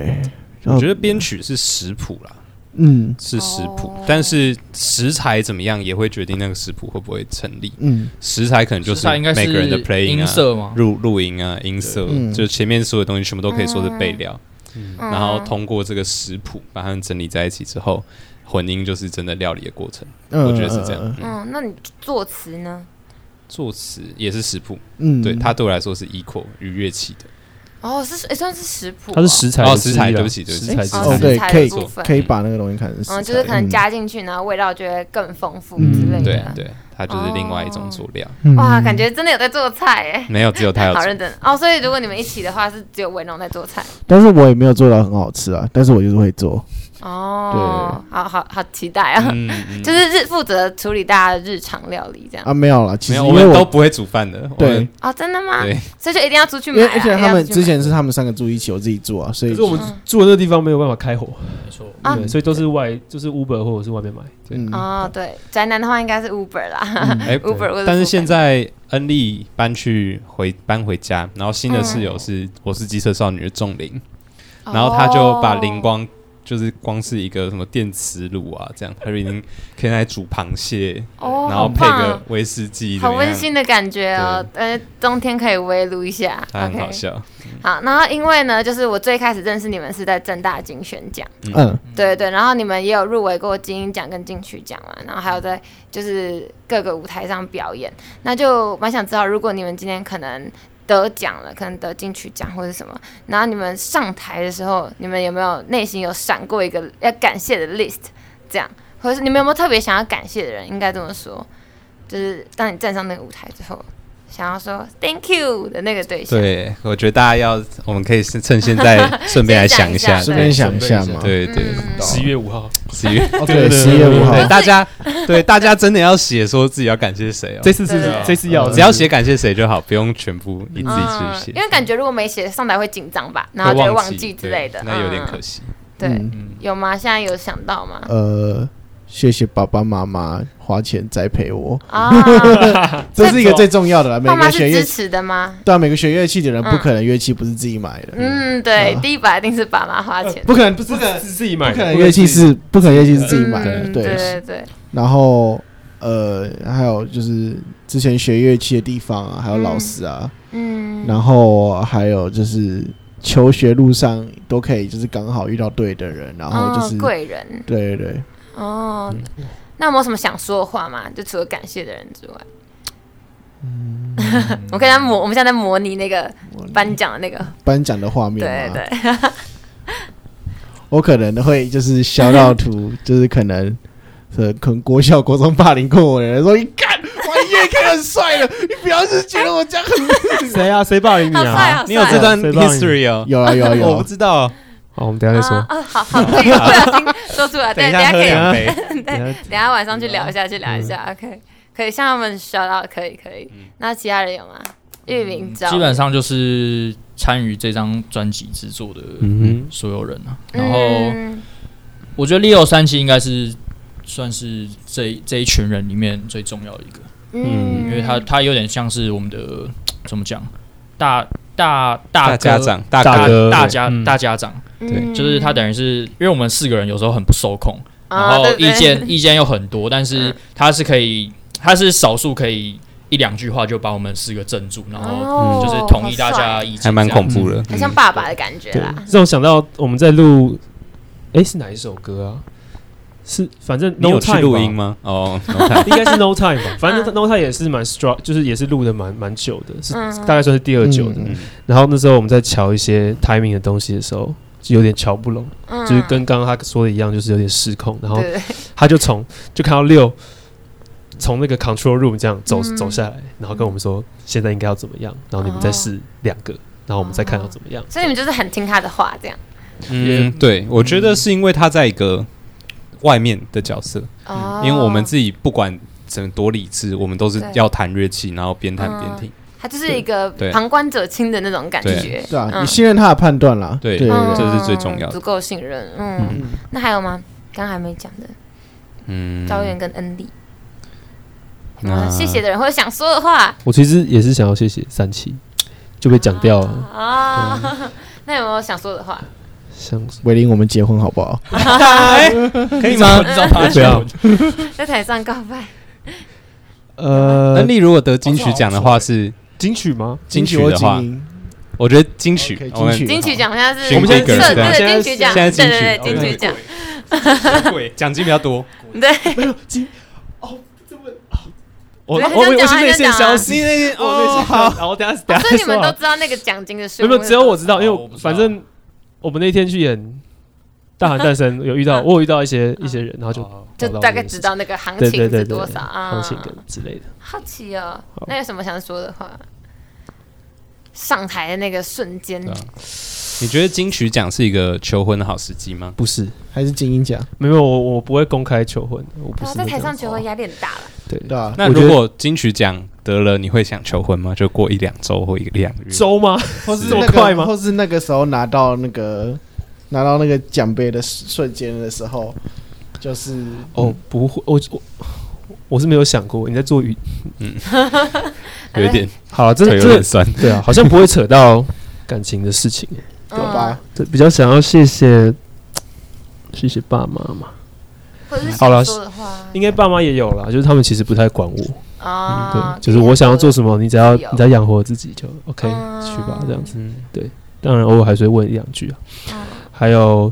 Speaker 6: 我觉得编曲是食谱啦，
Speaker 7: 嗯
Speaker 6: 是食谱
Speaker 3: 哦，
Speaker 6: 但是食材怎么样也会决定那个食谱会不会成立。
Speaker 7: 嗯，
Speaker 6: 食材可能就
Speaker 4: 食材应该是
Speaker 6: 每个人的 playing
Speaker 4: 音
Speaker 6: 啊、
Speaker 4: 色嘛，
Speaker 6: 录录音啊、音色
Speaker 7: 对嗯，
Speaker 6: 就前面所有东西全部都可以说是备料，
Speaker 3: 嗯
Speaker 6: 然后通过这个食谱把它们整理在一起之后，混音就是真的料理的过程。我
Speaker 7: 我
Speaker 6: 觉得是这样。。嗯
Speaker 3: 嗯，那你作词呢？
Speaker 6: 作词也是食谱，
Speaker 7: 嗯，
Speaker 6: 对它对我来说是 equal 与乐器的。
Speaker 3: 哦，是也算是食谱哦、
Speaker 5: 它是食材的
Speaker 6: 哦食
Speaker 5: 之
Speaker 6: 材
Speaker 5: 一啊
Speaker 6: 对不起对不起
Speaker 5: 食材之
Speaker 3: 哦
Speaker 7: 哦，
Speaker 5: 一
Speaker 7: 对，
Speaker 3: 食材
Speaker 7: 可以
Speaker 3: 的部分
Speaker 7: 可以把那个东西看成食材，
Speaker 3: 嗯，就是可能加进去，然后味道就会更丰富之类的。
Speaker 7: 嗯
Speaker 6: 对对，它就是另外一种佐料。
Speaker 7: 嗯
Speaker 3: 哇，感觉真的有在做菜耶，
Speaker 6: 没有，只有它有
Speaker 3: 好
Speaker 6: 佐料。
Speaker 3: 认真哦。所以如果你们一起的话，是只有维农在做菜
Speaker 7: 但是我也没有做到很好吃啊，但是我就是会做。
Speaker 3: 嗯哦。好好好，期待啊！
Speaker 6: 嗯，嗯
Speaker 3: 就是日负责处理大家的日常料理这样
Speaker 7: 啊，没有啦，其
Speaker 6: 没
Speaker 7: 实
Speaker 6: 有，
Speaker 7: 因
Speaker 6: 我
Speaker 7: 为
Speaker 6: 们都
Speaker 7: 我
Speaker 6: 不会煮饭的。我
Speaker 7: 对
Speaker 6: 们，
Speaker 3: 哦，真的吗？
Speaker 6: 啊对，
Speaker 3: 所以就一定要出去
Speaker 7: 因
Speaker 3: 买
Speaker 7: 为
Speaker 3: 啊。
Speaker 7: 而且他
Speaker 3: 一
Speaker 7: 们
Speaker 3: 定要出去买
Speaker 7: 之前是他们三个住一起，我自己住啊，所以
Speaker 5: 可是我
Speaker 3: 嗯
Speaker 5: 们住的那地方没有办法开火，
Speaker 4: 没错。
Speaker 6: 嗯
Speaker 3: 啊
Speaker 5: 对，所以都是外，就是 Uber 或者是外面买。对，
Speaker 7: 嗯
Speaker 3: 哦，对，宅男的话应该是 Uber 啦
Speaker 6: 哎
Speaker 3: ，Uber 或者 Foodpanda。
Speaker 6: 但是现在恩利搬去回搬回家，然后新的室友是
Speaker 7: 嗯
Speaker 6: 我是机车少女的仲灵，
Speaker 3: 哦，
Speaker 6: 然后他就把灵光就是光是一个什么电磁炉啊，这样他就已经可以来煮螃蟹，
Speaker 3: 哦，
Speaker 6: 然后配
Speaker 3: 好
Speaker 6: 个
Speaker 3: 棒
Speaker 6: 威士忌，
Speaker 3: 好
Speaker 6: 怎么样
Speaker 3: 温馨的感觉哦，呃，冬天可以围炉一下
Speaker 6: 他很
Speaker 3: ，OK
Speaker 6: 好。笑。
Speaker 3: 好，然后因为呢，就是我最开始认识你们是在正大金选奖，
Speaker 7: 嗯，
Speaker 3: 对对，然后你们也有入围过金鹰奖跟金曲奖嘛，然后还有在就是各个舞台上表演，那就蛮想知道，如果你们今天可能得奖了，可能得金曲奖或者什么，然后你们上台的时候，你们有没有内心有闪过一个要感谢的 list，这样，或者是你们有没有特别想要感谢的人？应该这么说，就是当你站上那个舞台之后，想要说 thank you 的那个对象。
Speaker 6: 对，我觉得大家要，我们可以趁现在顺便来想 一下，
Speaker 3: 先
Speaker 7: 顺
Speaker 3: 讲
Speaker 7: 便
Speaker 6: 对
Speaker 7: 想一下嘛。
Speaker 6: 对对
Speaker 3: 嗯
Speaker 4: 嗯
Speaker 5: 十一月五号，
Speaker 6: 十月
Speaker 7: 哦，对，十月五号，
Speaker 6: 对大家对大家真的要写说自己要感谢谁哦哦
Speaker 5: 这。次是
Speaker 3: 对啊对对
Speaker 5: 这次要
Speaker 6: 只要写感谢谁就好，不用全部你自
Speaker 3: 嗯
Speaker 6: 己去，写
Speaker 3: 因，为感觉如果没写上台会紧张吧，然后就会忘记之类的，
Speaker 6: 对那有点可
Speaker 3: 惜。
Speaker 6: 惜。
Speaker 3: 对，嗯
Speaker 7: 嗯
Speaker 4: 嗯，
Speaker 3: 有吗？现在有想到吗？
Speaker 7: 呃，谢谢爸爸妈妈花钱栽培我，
Speaker 3: 啊，
Speaker 7: 这是一个最重要的呃 啦。每
Speaker 3: 爸妈
Speaker 7: 个
Speaker 3: 是
Speaker 7: 学乐
Speaker 3: 支
Speaker 7: 器，
Speaker 3: 持的吗？
Speaker 7: 对啊，每个学乐器的人
Speaker 3: 嗯
Speaker 7: 不可能乐器不是自己买的，
Speaker 3: 嗯，对，
Speaker 7: 啊
Speaker 3: 第一把一定是爸妈花钱。
Speaker 5: 不可能不是是自己买
Speaker 7: 不可
Speaker 5: 的，
Speaker 7: 能乐器是不可能乐器是自己买的，
Speaker 3: 嗯，对
Speaker 7: 对。
Speaker 3: 对对，
Speaker 7: 然后呃，还有就是之前学乐器的地方啊，还有老师啊，
Speaker 3: 嗯，
Speaker 7: 然后还有就是求学路上都可以，就是刚好遇到对的人，然后就
Speaker 3: 哦
Speaker 7: 是、嗯
Speaker 3: 贵人
Speaker 7: 对对对，
Speaker 3: 哦。那有没有什么想说的话吗？就除了感谢的人之外，
Speaker 7: 嗯
Speaker 3: 我跟他模，我们现在在模拟那个颁奖的那个，
Speaker 7: 颁奖的画面
Speaker 3: 对
Speaker 7: 嘛，
Speaker 3: 对，
Speaker 7: 我可能会就是消到图，就是可能。呃，可能国小、国中霸凌过我的人说：“你看，我越看很帅了，你不要是觉得我这样很
Speaker 5: 谁啊？谁霸凌你
Speaker 3: 好帅，
Speaker 5: 啊？
Speaker 3: 好
Speaker 6: 你有
Speaker 3: 帅
Speaker 6: 这段
Speaker 5: 谁帮你
Speaker 6: history 哦？
Speaker 7: 有啊有啊有
Speaker 6: 我不
Speaker 7: 啊，
Speaker 6: 知道，
Speaker 5: 好，我们等一下再
Speaker 3: 啊
Speaker 5: 说。
Speaker 3: 啊，好好，可以不小心说出来，对，
Speaker 6: 一
Speaker 3: 等下
Speaker 6: 下喝
Speaker 3: 可以，
Speaker 6: 两杯。
Speaker 5: 等一下
Speaker 3: 等下晚上去聊一下，去聊一下，OK，可以向他们 shout out，可以可以。那其他人有吗？玉明照，
Speaker 4: 嗯基本上就是参与这张专辑制作的
Speaker 6: 嗯
Speaker 4: 所有人啊。
Speaker 3: 嗯，
Speaker 4: 然后我觉得 Leo 三七应该是算是这这一群人里面最重要的一个，
Speaker 3: 嗯，
Speaker 4: 因为他他有点像是我们的怎么讲，大大大
Speaker 6: 大
Speaker 4: 哥
Speaker 6: 家。长，大
Speaker 5: 大
Speaker 6: 哥，
Speaker 5: 哥
Speaker 4: 大家
Speaker 5: 嗯
Speaker 4: 大家长，
Speaker 3: 嗯
Speaker 4: 就是他等于是，因为我们四个人有时候很不受控，然
Speaker 3: 啊
Speaker 4: 后
Speaker 3: 对对
Speaker 4: 意 见意见又很多，但是
Speaker 3: 嗯
Speaker 4: 他是可以，他是少数可以一两句话就把我们四个镇住，然后嗯
Speaker 3: 哦
Speaker 4: 就是同意大
Speaker 3: 好
Speaker 4: 家
Speaker 3: 帅
Speaker 4: 意见，
Speaker 6: 还蛮恐怖的。
Speaker 3: 很像爸爸的感觉
Speaker 5: 对
Speaker 3: 啦。，
Speaker 5: 让我想到我们在录，诶，是哪一首歌啊？是反正
Speaker 6: 你
Speaker 5: No
Speaker 6: 有去
Speaker 5: Time
Speaker 6: 录
Speaker 5: 吧
Speaker 6: 音吗？哦，No Time，
Speaker 5: 应该是 No Time 吧，反正 No Time 也是蛮 strong，就是也是录的蛮蛮久的，是
Speaker 3: 嗯
Speaker 5: 大概算是第二久的。
Speaker 7: 嗯
Speaker 5: 然后那时候我们在瞧一些 timing 的东西的时候，就有点瞧不拢，
Speaker 3: 嗯
Speaker 5: 就是跟刚刚他说的一样，就是有点失控。然后
Speaker 3: 对对
Speaker 5: 他就从就看到六从那个 control room 这样走、
Speaker 3: 嗯
Speaker 5: 走下来，然后跟我们说现在应该要怎么样，然后你们再试两个，然后我们再看要怎么样。
Speaker 3: 哦所以你们就是很听他的话，这样。
Speaker 6: 嗯，对，我觉得是因为他在一个外面的角色，
Speaker 4: 嗯
Speaker 3: 哦，
Speaker 6: 因为我们自己不管怎么多理智，我们都是要弹乐器，然后边弹边听。
Speaker 3: 他就是一个
Speaker 6: 对
Speaker 3: 旁观者清的那种感觉
Speaker 6: 对，
Speaker 7: 对啊，
Speaker 3: 嗯
Speaker 7: 你信任他的判断啦。
Speaker 6: 对
Speaker 7: 对
Speaker 3: 嗯
Speaker 7: 对对，
Speaker 6: 这是最重要的
Speaker 3: 足够信任。嗯，
Speaker 7: 嗯
Speaker 3: 那还有吗？刚还没讲的，
Speaker 6: 嗯，
Speaker 3: 招远跟恩利，
Speaker 6: 那
Speaker 3: 谢谢的人会想说的话
Speaker 5: 我其实也是想要谢谢三七，就被讲掉了。
Speaker 3: 啊。 那有没有想说的话？
Speaker 5: 像
Speaker 7: 伟林，我们结婚好不好？
Speaker 6: 嗯
Speaker 4: 可以吗？知道他
Speaker 5: 不 要
Speaker 3: 在台上告 白，
Speaker 5: 呃
Speaker 6: 恩利如果得金曲奖的话是
Speaker 5: 金曲吗？
Speaker 6: 金曲
Speaker 7: 或
Speaker 6: 的话
Speaker 7: 精，英
Speaker 6: 我觉得金曲
Speaker 7: OK，，
Speaker 6: 我们
Speaker 7: 金曲
Speaker 3: 金曲奖好像是
Speaker 6: 我们
Speaker 3: 对
Speaker 6: 现在
Speaker 3: 对对金
Speaker 6: 对
Speaker 5: 现在
Speaker 3: 曲奖，对
Speaker 6: 现在金曲
Speaker 3: 对对金曲奖，
Speaker 6: 奖金比 较多。
Speaker 3: 对，
Speaker 5: 我我
Speaker 3: 对他这样
Speaker 5: 我我
Speaker 3: 讲
Speaker 5: 是
Speaker 3: 他
Speaker 5: 内
Speaker 3: 就
Speaker 5: 线
Speaker 3: 讲
Speaker 5: 消
Speaker 3: 啊哦
Speaker 5: 息，内线
Speaker 6: 哦
Speaker 5: 我内线消息，我等下等下
Speaker 3: 所以你们
Speaker 5: 说好
Speaker 3: 都
Speaker 5: 了
Speaker 3: 知道那个奖金的数
Speaker 5: 没
Speaker 3: 目
Speaker 5: 有，
Speaker 3: 是多少，
Speaker 5: 没有只有我知道，因为
Speaker 4: 哦我
Speaker 5: 我
Speaker 4: 不知道
Speaker 5: 反正我们那天去演大喊诞生，有遇 到我有遇到一些一些人，然后就
Speaker 3: 就
Speaker 5: 找到
Speaker 3: 大
Speaker 5: 我
Speaker 3: 概
Speaker 5: 们
Speaker 3: 知道那个行
Speaker 5: 对
Speaker 3: 情
Speaker 5: 对
Speaker 3: 是
Speaker 5: 对
Speaker 3: 多
Speaker 5: 对
Speaker 3: 少啊，
Speaker 5: 行情跟之类的。
Speaker 3: 好奇哦，那有什么想说的话？上台的那个瞬间，
Speaker 6: 对啊你觉得金曲奖是一个求婚的好时机吗？
Speaker 5: 不是，
Speaker 7: 还是精英奖，
Speaker 5: 没有我我不会公开求婚，我不
Speaker 3: 哇，
Speaker 5: 是
Speaker 3: 啊在
Speaker 5: 那
Speaker 3: 台
Speaker 5: 种
Speaker 3: 上求婚压力很大了。
Speaker 5: 对
Speaker 7: 对啊吧？
Speaker 6: 那
Speaker 5: 我觉得
Speaker 6: 如果金曲奖得了，你会想求婚吗？就过一两周或一两个月？
Speaker 5: 周吗？
Speaker 7: 或是
Speaker 5: 这么
Speaker 7: 那个
Speaker 5: 快吗
Speaker 7: 或是那个时候拿到那个拿到那个奖杯的瞬间的时候，就是
Speaker 5: 哦，不会，我我我是没有想过你在做语。
Speaker 3: 哎
Speaker 6: 有一点，
Speaker 5: 好了，这
Speaker 6: 腿有点
Speaker 5: 这
Speaker 6: 酸。
Speaker 5: 对啊，好像不会扯到 感情的事情，
Speaker 7: 对
Speaker 3: 嗯
Speaker 7: 吧？
Speaker 5: 对，比较想要谢谢谢谢爸妈嘛，
Speaker 3: 或者是
Speaker 5: 好
Speaker 3: 想
Speaker 5: 了嗯
Speaker 3: 说的话
Speaker 5: 应该爸妈也有啦，就是他们其实不太管我，
Speaker 3: 啊
Speaker 5: 对，，就是我想要做什么，你只要
Speaker 3: 有
Speaker 5: 你只要养活自己就 OK，
Speaker 3: 嗯
Speaker 5: 去吧，这样子。
Speaker 6: 嗯，，
Speaker 5: 当然偶尔还是会问一两句啊
Speaker 3: 嗯。
Speaker 5: 还有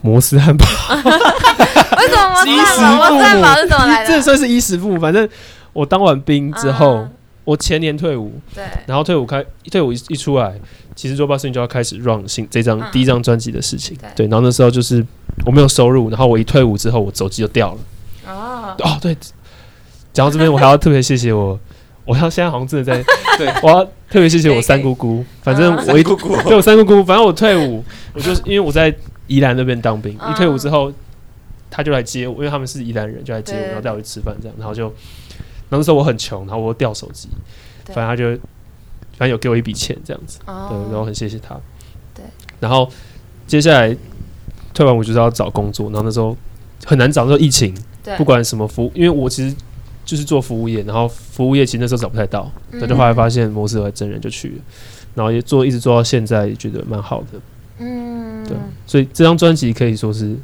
Speaker 5: 摩斯汉堡，
Speaker 3: 为 什么摩斯汉堡？摩斯汉堡是怎么来
Speaker 5: 这
Speaker 3: 的？
Speaker 5: 算是衣食父母。反正我当完兵之后
Speaker 3: 嗯，
Speaker 5: 我前年退伍，
Speaker 3: 对，
Speaker 5: 然后退伍开退伍一一出来，其实做 o b 就要开始 run 新这张、
Speaker 3: 嗯
Speaker 5: 第一张专辑的事情
Speaker 3: 对。
Speaker 5: 对，然后那时候就是我没有收入，然后我一退伍之后，我手机就掉了。
Speaker 3: 哦，
Speaker 5: 哦，对，讲到这边，我还要特别谢谢我，我要现在好像真的 在
Speaker 6: 对，
Speaker 5: 我要特别谢谢
Speaker 3: 可以可以
Speaker 5: 我三姑姑，反正
Speaker 3: 嗯
Speaker 5: 我一姑姑，对我三姑姑，反正我退伍，我就是因为我在宜兰那边当兵，
Speaker 3: 嗯
Speaker 5: 一退伍之后，他就来接我，因为他们是宜兰人，就来接我，
Speaker 3: 对
Speaker 5: 然后带我去吃饭这样，然后就，然后那时候我很穷，然后我又掉手机，
Speaker 3: 对
Speaker 5: 反正他就，反正有给我一笔钱这样子，对，然后
Speaker 3: 哦，
Speaker 5: 很谢谢他。
Speaker 3: 对，
Speaker 5: 然后接下来退完伍就是要找工作，然后那时候很难找，那时候疫情。
Speaker 3: 对，
Speaker 5: 不管什么服务，因为我其实就是做服务业，然后服务业其实那时候找不太到，
Speaker 3: 嗯，
Speaker 5: 但就后来发现摩斯和真人就去了，然后也做一直做到现在，也觉得蛮好的。
Speaker 3: 嗯，
Speaker 5: 对，所以这张专辑可以说是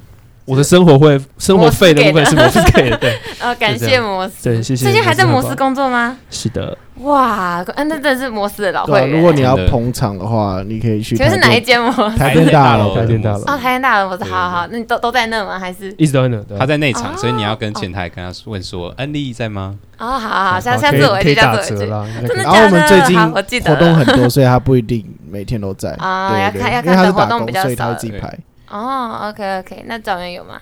Speaker 5: 我的生活会生活费的部分是摩斯给的， 对
Speaker 3: 哦，感谢摩斯。
Speaker 5: 对，谢谢。
Speaker 3: 最近还在摩
Speaker 5: 摩
Speaker 3: 斯？工作吗？
Speaker 5: 是的，
Speaker 3: 哇，嗯，那真的是摩斯的老
Speaker 7: 对啊，
Speaker 3: 会
Speaker 7: 如果
Speaker 3: 员。
Speaker 7: 你要
Speaker 6: 真的
Speaker 7: 捧场的话，你可以去
Speaker 3: 请问
Speaker 7: 台
Speaker 3: 是哪一
Speaker 7: 电
Speaker 3: 间摩斯？
Speaker 7: 台电大楼。
Speaker 5: 台电大楼
Speaker 3: 哦，台湾大人，我是
Speaker 6: 对
Speaker 3: 好好，那你都都在那吗？还是
Speaker 5: 一直都在那。对
Speaker 6: 他在内场，
Speaker 3: 哦
Speaker 6: 所以你要跟前台跟他问说：“恩利在吗
Speaker 3: 哦，好好好，下
Speaker 5: 好
Speaker 3: 下
Speaker 5: 可以
Speaker 3: 次我回
Speaker 5: 可
Speaker 3: 去，
Speaker 5: 以
Speaker 3: 下
Speaker 5: 打
Speaker 3: 次
Speaker 5: 折
Speaker 3: 我回去。
Speaker 5: 啦，应该可以
Speaker 3: 真的
Speaker 7: 然后
Speaker 3: 假
Speaker 7: 我们最
Speaker 3: 的？
Speaker 7: 近
Speaker 3: 好，我记得
Speaker 7: 活动
Speaker 3: 了
Speaker 7: 很多，所以他不一定每天都在
Speaker 3: 啊
Speaker 7: 对
Speaker 3: 要
Speaker 7: 对
Speaker 3: 看要
Speaker 7: 因为
Speaker 3: 看
Speaker 7: 他
Speaker 3: 的
Speaker 7: 是
Speaker 3: 活
Speaker 7: 打
Speaker 3: 动比
Speaker 7: 工，
Speaker 3: 较
Speaker 7: 所以他
Speaker 3: 少
Speaker 7: 自己排。
Speaker 3: 哦，OK OK，那找人有吗？？”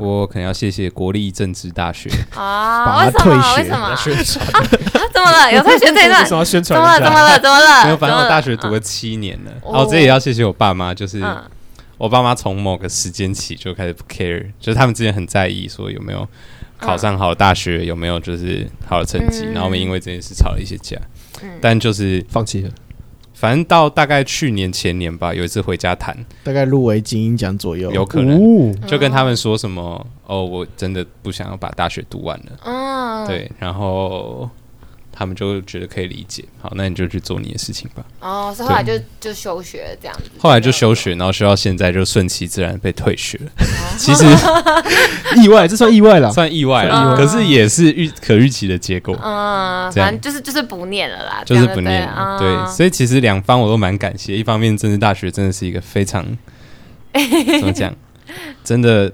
Speaker 6: 我可能要谢谢国立政治大 学。
Speaker 3: 啊，
Speaker 7: 把
Speaker 3: 为
Speaker 7: 它
Speaker 3: 什么？
Speaker 7: 退
Speaker 3: 为
Speaker 7: 学
Speaker 3: 什么？啊，怎么了？有退学这一
Speaker 5: 为
Speaker 3: 段？
Speaker 5: 什么要宣
Speaker 3: 怎
Speaker 5: 传
Speaker 3: 么
Speaker 5: 一下？
Speaker 3: 了？怎么了？怎么了？
Speaker 6: 没有，反
Speaker 3: 怎么
Speaker 6: 正我
Speaker 3: 了
Speaker 6: 大学读了七年了。
Speaker 3: 啊哦
Speaker 6: 哦，这也要谢谢我爸妈，就是
Speaker 3: 嗯
Speaker 6: 我爸妈从某个时间起就开始不 care，就是他们之前很在意说有没
Speaker 3: 嗯
Speaker 6: 有考上好的大学，有没有就是好的成绩，
Speaker 3: 嗯
Speaker 6: 然后我们因为这件事吵了一些架。
Speaker 3: 嗯
Speaker 6: 但就是
Speaker 5: 放弃了，
Speaker 6: 反正到大概去年前年吧，有一次回家谈，
Speaker 7: 大概入围精英奖左右，
Speaker 6: 有可能
Speaker 5: 哦，
Speaker 3: 嗯
Speaker 6: 就跟他们说什么哦，我真的不想要把大学读完了。
Speaker 3: 嗯，
Speaker 6: 对，然后他们就觉得可以理解，好，那你就去做你的事情吧。
Speaker 3: 哦，所以后来就就休学这样子。
Speaker 6: 后来就休学，然后学到现在就顺其自然被退学了。其 实
Speaker 5: 意外，这算意外啦。
Speaker 6: 算意外
Speaker 3: 算意
Speaker 6: 了，
Speaker 3: 外
Speaker 6: 可是也是预可预期的结果，
Speaker 3: 嗯，
Speaker 6: 这样
Speaker 3: 反正就是就是不念了啦，
Speaker 6: 就是
Speaker 3: 这样
Speaker 6: 不念了。
Speaker 3: 对
Speaker 6: 对，
Speaker 3: 了。
Speaker 6: 所以其实两方我都蛮感谢，一方面政治大学真的是一个非常怎么讲，真的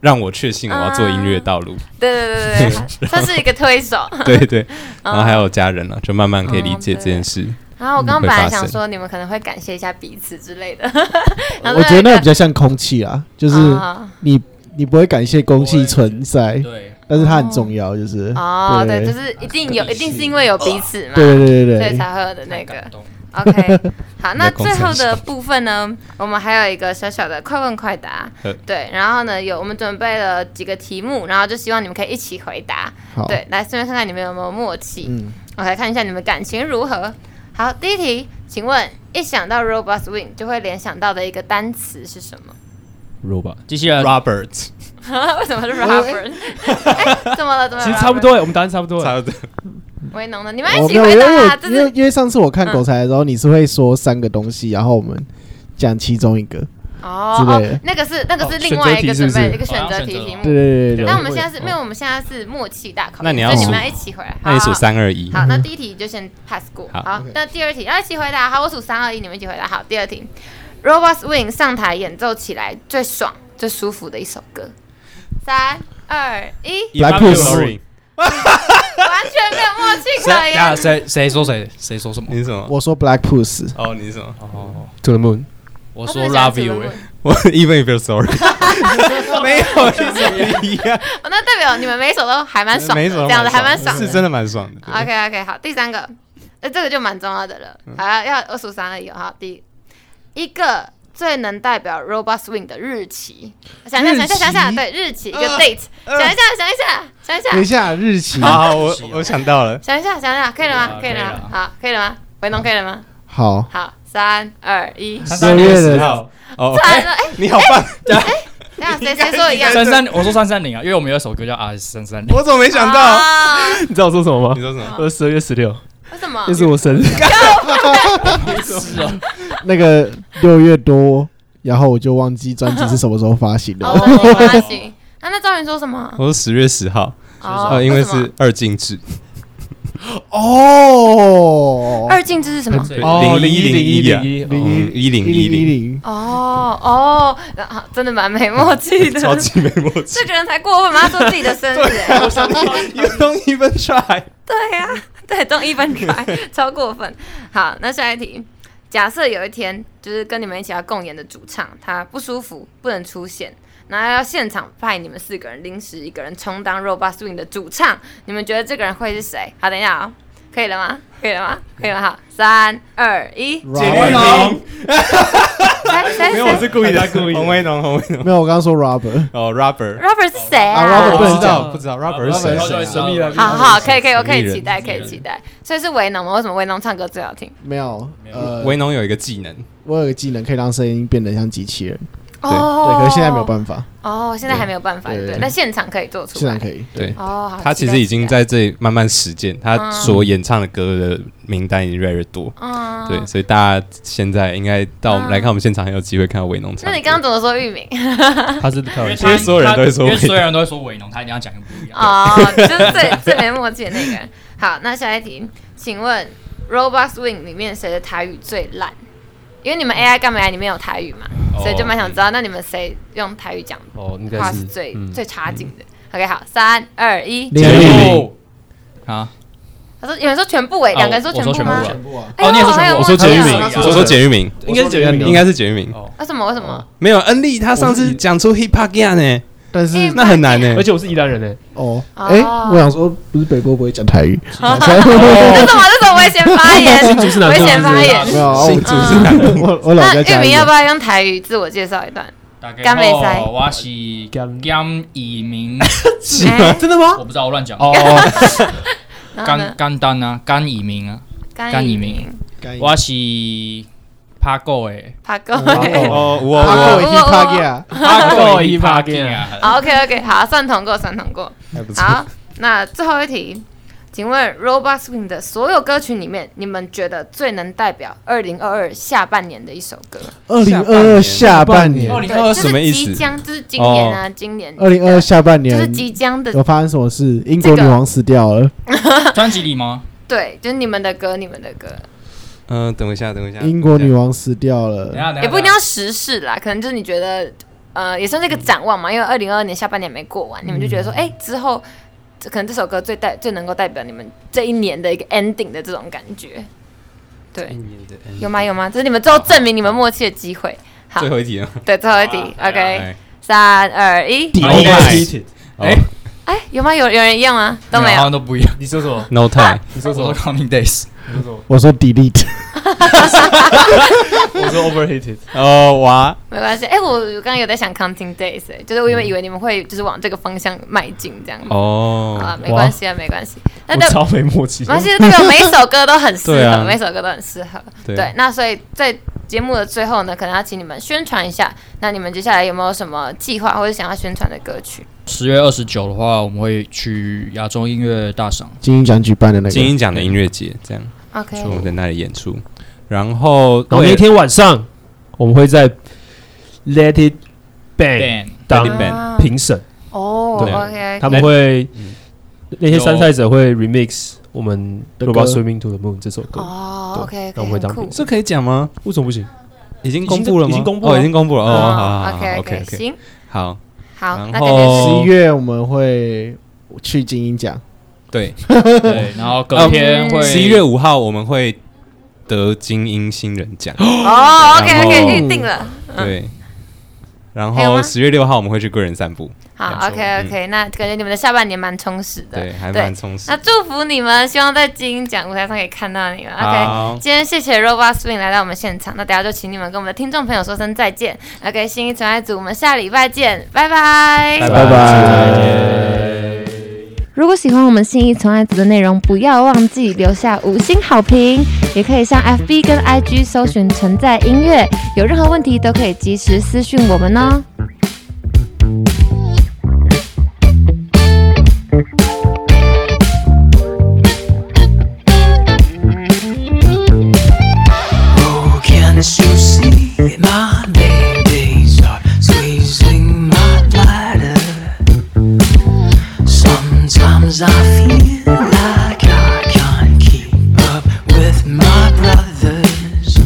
Speaker 6: 让我确信我要做音乐道路。
Speaker 3: 嗯对对对对对，算是一个推手。
Speaker 6: 对对，然后还
Speaker 3: 有
Speaker 6: 啊有家人了，就慢慢可以理解
Speaker 3: 嗯
Speaker 6: 这件事。
Speaker 3: 然后我刚刚
Speaker 6: 会
Speaker 3: 本来
Speaker 6: 发
Speaker 3: 想
Speaker 6: 生
Speaker 3: 说你们可能会感谢一下彼此之类的，然后
Speaker 7: 我
Speaker 3: 再
Speaker 7: 觉
Speaker 3: 来
Speaker 7: 得那个
Speaker 3: 一
Speaker 7: 比较像空气啊，就是
Speaker 3: 哦
Speaker 7: 你你不会感谢空气存在，
Speaker 4: 对，
Speaker 7: 但是它很重要，就是
Speaker 3: 哦，对，就
Speaker 7: 对
Speaker 3: 是一定有，一定是因为有彼此嘛，
Speaker 7: 对对对
Speaker 3: 所以
Speaker 7: 对，
Speaker 3: 才会有的那
Speaker 4: 太
Speaker 3: 个
Speaker 4: 感。动了。
Speaker 3: OK，好，那
Speaker 6: 你的工
Speaker 3: 最后
Speaker 6: 程
Speaker 3: 的部分呢，我们还有一个小小的快问快答
Speaker 6: 呃，
Speaker 3: 对，然后呢，有我们准备了几个题目，然后就希望你们可以一起回答，
Speaker 7: 好，
Speaker 3: 对，来顺便看看你们有没有默契。
Speaker 7: 嗯，
Speaker 3: 我来看一下你们感情如何。好，第一题，请问一想到 robot swing 就会联想到的一个单词是什么？
Speaker 5: robot。
Speaker 4: 机器人
Speaker 6: Robert，
Speaker 3: 为什么是 robot？哎，怎么了？怎么了？
Speaker 5: 其实差不。多，我们答案差不多。
Speaker 6: 差不多
Speaker 3: 维农呢？你们一
Speaker 7: 哦我没
Speaker 3: 起
Speaker 7: 有
Speaker 3: 回
Speaker 7: 因为
Speaker 3: 答啊！这
Speaker 7: 我因为
Speaker 3: 是
Speaker 7: 因为上次我看
Speaker 3: 嗯
Speaker 7: 狗才的时候，你是会说三个东西，然后我们讲其中一个，
Speaker 3: 哦
Speaker 7: 之类的
Speaker 3: 哦，那个是那个是另外一个
Speaker 5: 选择题是
Speaker 3: 准
Speaker 5: 不是
Speaker 3: 备的一个选
Speaker 4: 哦
Speaker 3: 择
Speaker 4: 要
Speaker 3: 题
Speaker 4: 选择
Speaker 3: 题目。
Speaker 7: 对对对对
Speaker 3: 那我
Speaker 7: 对，
Speaker 3: 们现在是，因为我们现在是默契大考验，
Speaker 6: 那你要
Speaker 3: 所以你
Speaker 6: 数
Speaker 3: 们要一起回来。
Speaker 6: 那你数
Speaker 3: 好。
Speaker 6: 三二一，
Speaker 4: 嗯
Speaker 3: 好，好那第一题就先 pass 过。
Speaker 6: 好
Speaker 3: 好，那第二题要一起回答。好，我数三二一，你们一起回答。好，第二题，Robot Swing 上台演奏起来最爽、最舒服的一首歌。三二一，
Speaker 7: Black
Speaker 6: Eva
Speaker 7: Puss
Speaker 6: Mallory
Speaker 3: 完全没有默契可
Speaker 4: 谁呀？
Speaker 3: 言。
Speaker 4: 谁谁说谁？谁说什么
Speaker 6: 你？是什么？
Speaker 7: 我说 Black Puss，
Speaker 3: 啊
Speaker 6: 哦，你是什么？
Speaker 4: 哦，
Speaker 5: To the moon，
Speaker 4: 我
Speaker 3: 我
Speaker 4: 说
Speaker 3: 真的想
Speaker 4: love
Speaker 3: 指
Speaker 4: you，
Speaker 3: 纹
Speaker 4: 欸
Speaker 6: 我 Even if you're sorry，没有一种一样，
Speaker 3: 哦那代表你们 每一首都还蛮爽
Speaker 6: 没
Speaker 3: 的，
Speaker 6: 什么
Speaker 3: 这
Speaker 6: 蛮
Speaker 3: 样
Speaker 6: 爽的，
Speaker 3: 子还蛮爽啊
Speaker 6: 是真的蛮爽的。对嗯
Speaker 3: OK OK，好，第三个，呃，这个就蛮重要的了。好，要二数三而已哦。好，第一个最能代表 Robot Swing 的日期，想一下，想一下，想一下，对，日期一个 date，想一下，想一下，想一
Speaker 7: 等一
Speaker 3: 下，
Speaker 7: 下日期，
Speaker 6: 好，好我我想到了，
Speaker 3: 想一下，想一下，可以了吗？
Speaker 4: 可
Speaker 3: 以
Speaker 4: 以了
Speaker 3: 了吗？好，可以了吗？维农可以了吗？
Speaker 7: 好，
Speaker 3: 好，三二一，
Speaker 6: 哎
Speaker 7: 十
Speaker 4: 欸
Speaker 7: 二月
Speaker 6: 10
Speaker 7: 的
Speaker 6: 号哦，
Speaker 3: 三二哎，
Speaker 6: 你好 棒，
Speaker 3: 等 一下谁谁说一样？
Speaker 4: 三三，我说三三零啊，因为我们有一首歌叫 R 三三零。
Speaker 6: 我怎么没想到？
Speaker 3: 啊 哦
Speaker 5: 你知道我说什么
Speaker 6: 你
Speaker 5: 吗？
Speaker 6: 说什么？
Speaker 5: 我十二月十六，
Speaker 3: 为 什么
Speaker 5: 那？是我 生日。
Speaker 3: 啊
Speaker 7: 那个六月多，然后我就忘记专辑是什么时候发行
Speaker 3: 哦，
Speaker 7: 的。
Speaker 3: 我没关系。那那赵云说什么？
Speaker 6: 我说十月十号，
Speaker 3: 哦，
Speaker 6: 呃，因为
Speaker 3: 什么
Speaker 6: 是二进制，
Speaker 7: 哦，
Speaker 3: 二进制是什么？
Speaker 7: 哦
Speaker 6: 零一零一啊，
Speaker 5: 一
Speaker 7: 零
Speaker 6: 嗯，一零
Speaker 7: 一
Speaker 6: 一
Speaker 7: 零一
Speaker 6: 零，
Speaker 7: 零，
Speaker 3: 哦哦，然后真的蛮没默契的，
Speaker 6: 超级没默契
Speaker 3: 这。个人才过分嘛，他说自己的 生日、欸，
Speaker 6: 我想 you don't even try，
Speaker 3: 对呀、对，don't even try，超过分。好，那下一题，假设有一天就是跟你们一起要共演的主唱他不舒服，不能出现，然后要现场派你们四个人临时一个人充当 Robot Swing 的主唱，你们觉得这个人会是谁？好，等一下哦，可以了吗？可以了吗？可以了，好，三二一，
Speaker 6: 简
Speaker 7: 没
Speaker 6: 文
Speaker 7: 有
Speaker 6: 龙，
Speaker 3: 谁谁
Speaker 6: 没有，我
Speaker 3: 谁
Speaker 6: 是故意的，故意。洪威农，洪威农，
Speaker 7: 没有，我刚刚说 Robert，
Speaker 6: 哦，Robert，
Speaker 3: ？Robert 是谁
Speaker 7: 啊，Robert
Speaker 6: 不
Speaker 7: 不能
Speaker 6: 知道，
Speaker 7: 讲
Speaker 6: 不知道，Robert 是谁
Speaker 7: Robert 是谁
Speaker 6: 啊？
Speaker 5: 神 秘的
Speaker 3: 好好，可以可以，我可
Speaker 6: 艺
Speaker 3: 以
Speaker 6: 人
Speaker 3: 期待，可以期待。所以是维农吗？为什么维农唱歌最好听？
Speaker 7: 没有，呃，
Speaker 6: 维农有一个技能，
Speaker 7: 我有个技能可以让声音变得像机器人，
Speaker 6: 对
Speaker 3: 哦
Speaker 7: 对，可是现在没有办法，
Speaker 3: 法。哦，现在还没有办法，
Speaker 7: 对
Speaker 3: 对，
Speaker 7: 对
Speaker 3: 那现场可以做出
Speaker 7: 现在
Speaker 3: 来。
Speaker 7: 可以，
Speaker 6: 对，
Speaker 3: 哦，好
Speaker 6: 他其实已经，在这里慢慢实践，
Speaker 3: 嗯
Speaker 6: 他所演唱的歌的名单已经越来越多。
Speaker 3: 期待期待嗯，
Speaker 6: 对，。所以大家现在应该到我们来看我们现场，很有机会看到维农唱歌。
Speaker 3: 那你刚刚怎么说玉米？
Speaker 5: 他是开
Speaker 4: 因
Speaker 5: 玩
Speaker 4: 为
Speaker 5: 笑。
Speaker 4: 他
Speaker 6: 因为所有人都会说
Speaker 4: 因为
Speaker 6: 伟农
Speaker 4: 所有人都会说伟农，他一定要讲一个不一样。
Speaker 3: 哦，就是最最没默契的那个人。好，那下一题，请问《Robot Swing》里面谁的台语最烂？因为你们 AI 干嘛呀？里面有台语嘛，所以
Speaker 6: 哦
Speaker 3: 就蛮想知道，那你们谁用台语讲
Speaker 5: 哦，应
Speaker 3: 话
Speaker 5: 该
Speaker 3: 是
Speaker 5: 是
Speaker 3: 最最差劲的？OK，好，三二一，
Speaker 7: 零零零
Speaker 4: 哦啊，
Speaker 3: 他说有人说全部哎，
Speaker 4: 啊
Speaker 3: 两个人说
Speaker 4: 我
Speaker 3: 全
Speaker 4: 说
Speaker 3: 部
Speaker 4: 全
Speaker 3: 吗
Speaker 4: 部？啊
Speaker 7: 部啊，
Speaker 3: 哎呦
Speaker 4: 哦你也说全部
Speaker 3: 还有
Speaker 4: 我
Speaker 5: 说
Speaker 3: 忘记
Speaker 5: 简
Speaker 3: 了
Speaker 5: 明
Speaker 3: 忘记了
Speaker 6: 我说简玉明，
Speaker 5: 应该是
Speaker 7: 简玉明
Speaker 6: 应该是简玉明。
Speaker 4: 哦，
Speaker 3: 为啊什么？为什么？
Speaker 6: 没有恩利，他上次讲出 hip hop gang 呢，
Speaker 7: 但是
Speaker 3: 哎
Speaker 6: 那很难呢
Speaker 5: 而。且我是宜兰人诶，
Speaker 7: 哦，
Speaker 3: 哦
Speaker 7: 哎，我想说，不是北波不会讲台语，
Speaker 3: 啊这 种这种危险发 言，
Speaker 5: 主是哪
Speaker 3: 危
Speaker 5: 个
Speaker 3: 险发言。嗯
Speaker 7: 没有，啊
Speaker 6: 新
Speaker 7: 我
Speaker 6: 竹是哪个？
Speaker 7: 我我老
Speaker 3: 那
Speaker 7: 家
Speaker 3: 玉
Speaker 7: 讲
Speaker 3: 明要不要用台语自我介绍一段？
Speaker 4: 大概
Speaker 3: 甘美塞
Speaker 4: 哦我是甘以 明，
Speaker 3: 哎
Speaker 5: 真的吗？
Speaker 4: 我不知道我乱讲。
Speaker 5: 哦，
Speaker 3: 然后
Speaker 4: 甘
Speaker 3: 呢？
Speaker 4: 甘丹啊，甘以明啊，
Speaker 3: 甘
Speaker 4: 甘
Speaker 3: 以
Speaker 4: 以明
Speaker 3: 明，
Speaker 5: 哎
Speaker 4: 我是拍过的，
Speaker 3: 帕哥。
Speaker 6: 哦，我
Speaker 7: 他
Speaker 6: 我
Speaker 7: 会 hip hop 啊，
Speaker 4: 拍
Speaker 5: 过的
Speaker 4: 一
Speaker 5: hip
Speaker 4: 拍
Speaker 5: hop
Speaker 4: 过
Speaker 5: gang
Speaker 4: 啊。
Speaker 3: 好，OK OK，好，算通过，算通过。
Speaker 6: 还不错。
Speaker 3: 好，那最后一题，请问 Robot Swing 的所有歌曲里面，你们觉得最能代表二零二二下半年的一首歌？
Speaker 7: 二零二二下半年
Speaker 4: 哦，，你
Speaker 3: 对
Speaker 4: 看，
Speaker 3: 就是
Speaker 6: 什么意思
Speaker 3: 即将就是今年啊，今年
Speaker 7: 二零二二下半
Speaker 3: 就是
Speaker 7: 年哦
Speaker 3: 即将的
Speaker 7: 有发生什么事？英国
Speaker 3: 这
Speaker 7: 女
Speaker 3: 个
Speaker 7: 王死掉了，
Speaker 3: 啊
Speaker 4: 专辑里吗？
Speaker 3: 对，就是你们的歌，你们的歌，
Speaker 6: 嗯，等我一下，等我一下。
Speaker 7: 英国女王死掉
Speaker 5: 呃
Speaker 7: 了
Speaker 4: 等一，下，等一下
Speaker 3: 也不一定要时事啦，可能就是你觉得，呃，也算是一个展望嘛，因为二零二二年下半年没过完，你们就觉得说，哎、之后这可能这首歌最代最能够代表你们这一年的一个 ending 的这种感觉。对，
Speaker 6: 年的
Speaker 3: 有吗？有吗？这是你们最后证明你们默契的机会。好
Speaker 6: 最，后一题啊 了，
Speaker 3: 对，最后一题
Speaker 4: 好
Speaker 3: ，OK，
Speaker 6: 哎
Speaker 3: 三二一。
Speaker 6: Oh my-
Speaker 4: 哎
Speaker 6: 好
Speaker 3: 哎，有吗？有有人一样吗？都没
Speaker 4: 好
Speaker 3: 有
Speaker 4: 像。都不一样。
Speaker 5: 你说什么？
Speaker 6: ，No time，
Speaker 5: 你
Speaker 4: 我
Speaker 5: 说什
Speaker 4: 说
Speaker 5: 么？
Speaker 4: coming days，
Speaker 5: 你说什么？
Speaker 7: 我说 delete，
Speaker 5: 我说 overheated。
Speaker 6: 哦哇，
Speaker 3: 没关系，哎、我刚刚有在想 counting days，、哎，就是我原本以为你们会就是往这个方向迈进这样。好啊，
Speaker 6: 哦，
Speaker 3: 没关系啊，没关系。那
Speaker 5: 我
Speaker 3: 代
Speaker 5: 超没默契
Speaker 3: 没。关系，代表每一首歌都很适
Speaker 6: 对
Speaker 3: 合，
Speaker 6: 啊
Speaker 3: 每一首歌都很适合。啊
Speaker 6: 对
Speaker 3: 对，那所以在节目的最后呢，可能要请你们宣传一下，那你们接下来有没有什么计划或者想要宣传的歌曲？
Speaker 4: 十月二十九的话，我们会去亚洲音乐大赏。
Speaker 7: 金鹰奖举办的那个
Speaker 6: 金鹰奖的音乐节这样，
Speaker 3: OK，
Speaker 6: 我们在那里演出，然后
Speaker 5: 然后那天晚上我们会在 Let It Bang
Speaker 4: Band
Speaker 5: 当
Speaker 6: Let It Bang
Speaker 5: 评审，
Speaker 3: 啊哦
Speaker 6: 对
Speaker 3: ，OK，
Speaker 5: 他们会
Speaker 6: 嗯
Speaker 5: 那些参赛者会 remix 我们《
Speaker 7: 的
Speaker 5: Robot
Speaker 7: 歌
Speaker 5: Swimming to the Moon》这首歌。
Speaker 3: 哦，OK，
Speaker 5: 那我们会当
Speaker 3: 酷
Speaker 5: 评。
Speaker 6: 这可以讲吗？
Speaker 5: 为什么不行？
Speaker 6: 已经公布了吗？
Speaker 5: 已经公布了
Speaker 6: 哦已经公布了。哦，好好好好
Speaker 3: OK
Speaker 6: OK
Speaker 3: OK，
Speaker 6: OK，
Speaker 3: 嗯行，
Speaker 6: 好，
Speaker 3: 好，
Speaker 6: 然
Speaker 3: 那感觉
Speaker 6: 后
Speaker 7: 十一月我们会去金鹰奖，
Speaker 6: 对，
Speaker 4: 对，然后隔天会
Speaker 6: 十一月五号我们会得金鹰新人奖，
Speaker 3: 哦，OK
Speaker 6: 然后
Speaker 3: OK，定了。
Speaker 6: 对。然
Speaker 3: 还有吗
Speaker 6: 后十月六号我们会去个人散步，
Speaker 3: 好
Speaker 6: 没错
Speaker 3: ，OK OK，那感觉你们的下半年蛮充实的。
Speaker 6: 嗯对，还蛮充实
Speaker 3: 那。祝福你们，希望在金鹰奖舞台上可以看到你们。OK，
Speaker 6: 好，
Speaker 3: 今天谢谢 Robot Swing 来到我们现场，那等下就请你们跟我们的听众朋友说声再见。OK，新一纯爱组，我们下礼拜见，拜拜。
Speaker 6: 拜
Speaker 7: 拜拜。
Speaker 3: 如果喜欢我们信义从爱组的内容，不要忘记留下五星好评，也可以上 FB 跟 IG 搜寻“存在音乐”，有任何问题都可以及时私讯我们哦。
Speaker 2: Oh, can't you see my babies are squeezing my bladder? Sometimes I feel like I can't keep up with my brothers.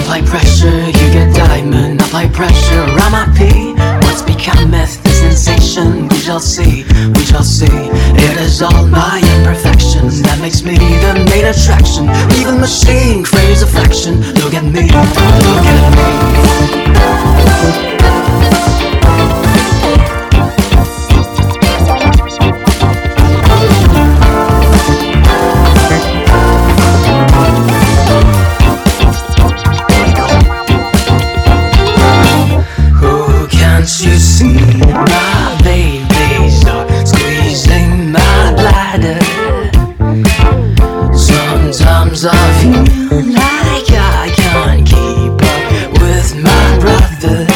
Speaker 2: Apply pressure, you get diamond. Apply pressure, I'm a P. What's become of the sensation? We shall see, we shall see. It is all my imperfections that makes me the main attraction. Even machine craves affection. Look at me, look at me. Oh, can't you see my babies are squeezing my bladder? Sometimes I feel like I can't keep up with my brother.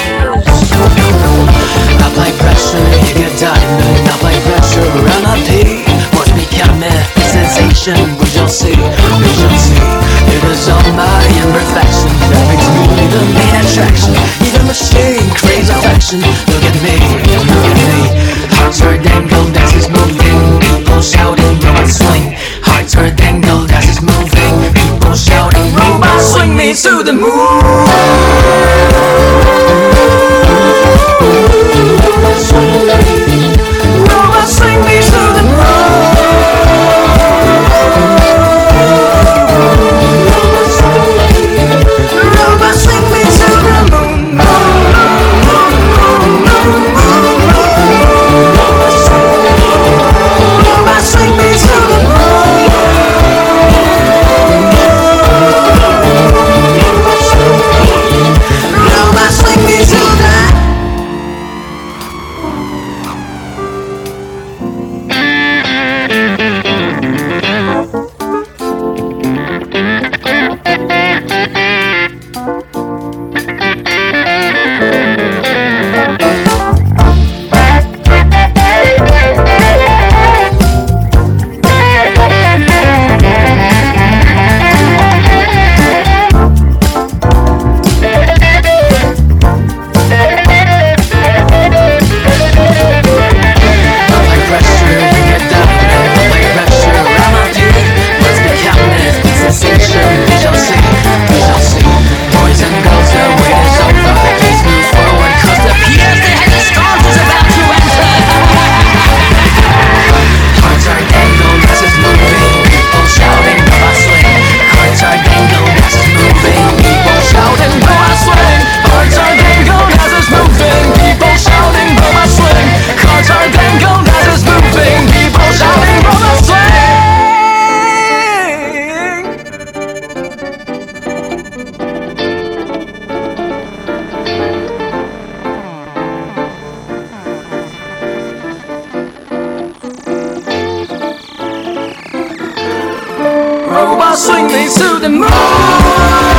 Speaker 2: swing me to the moon.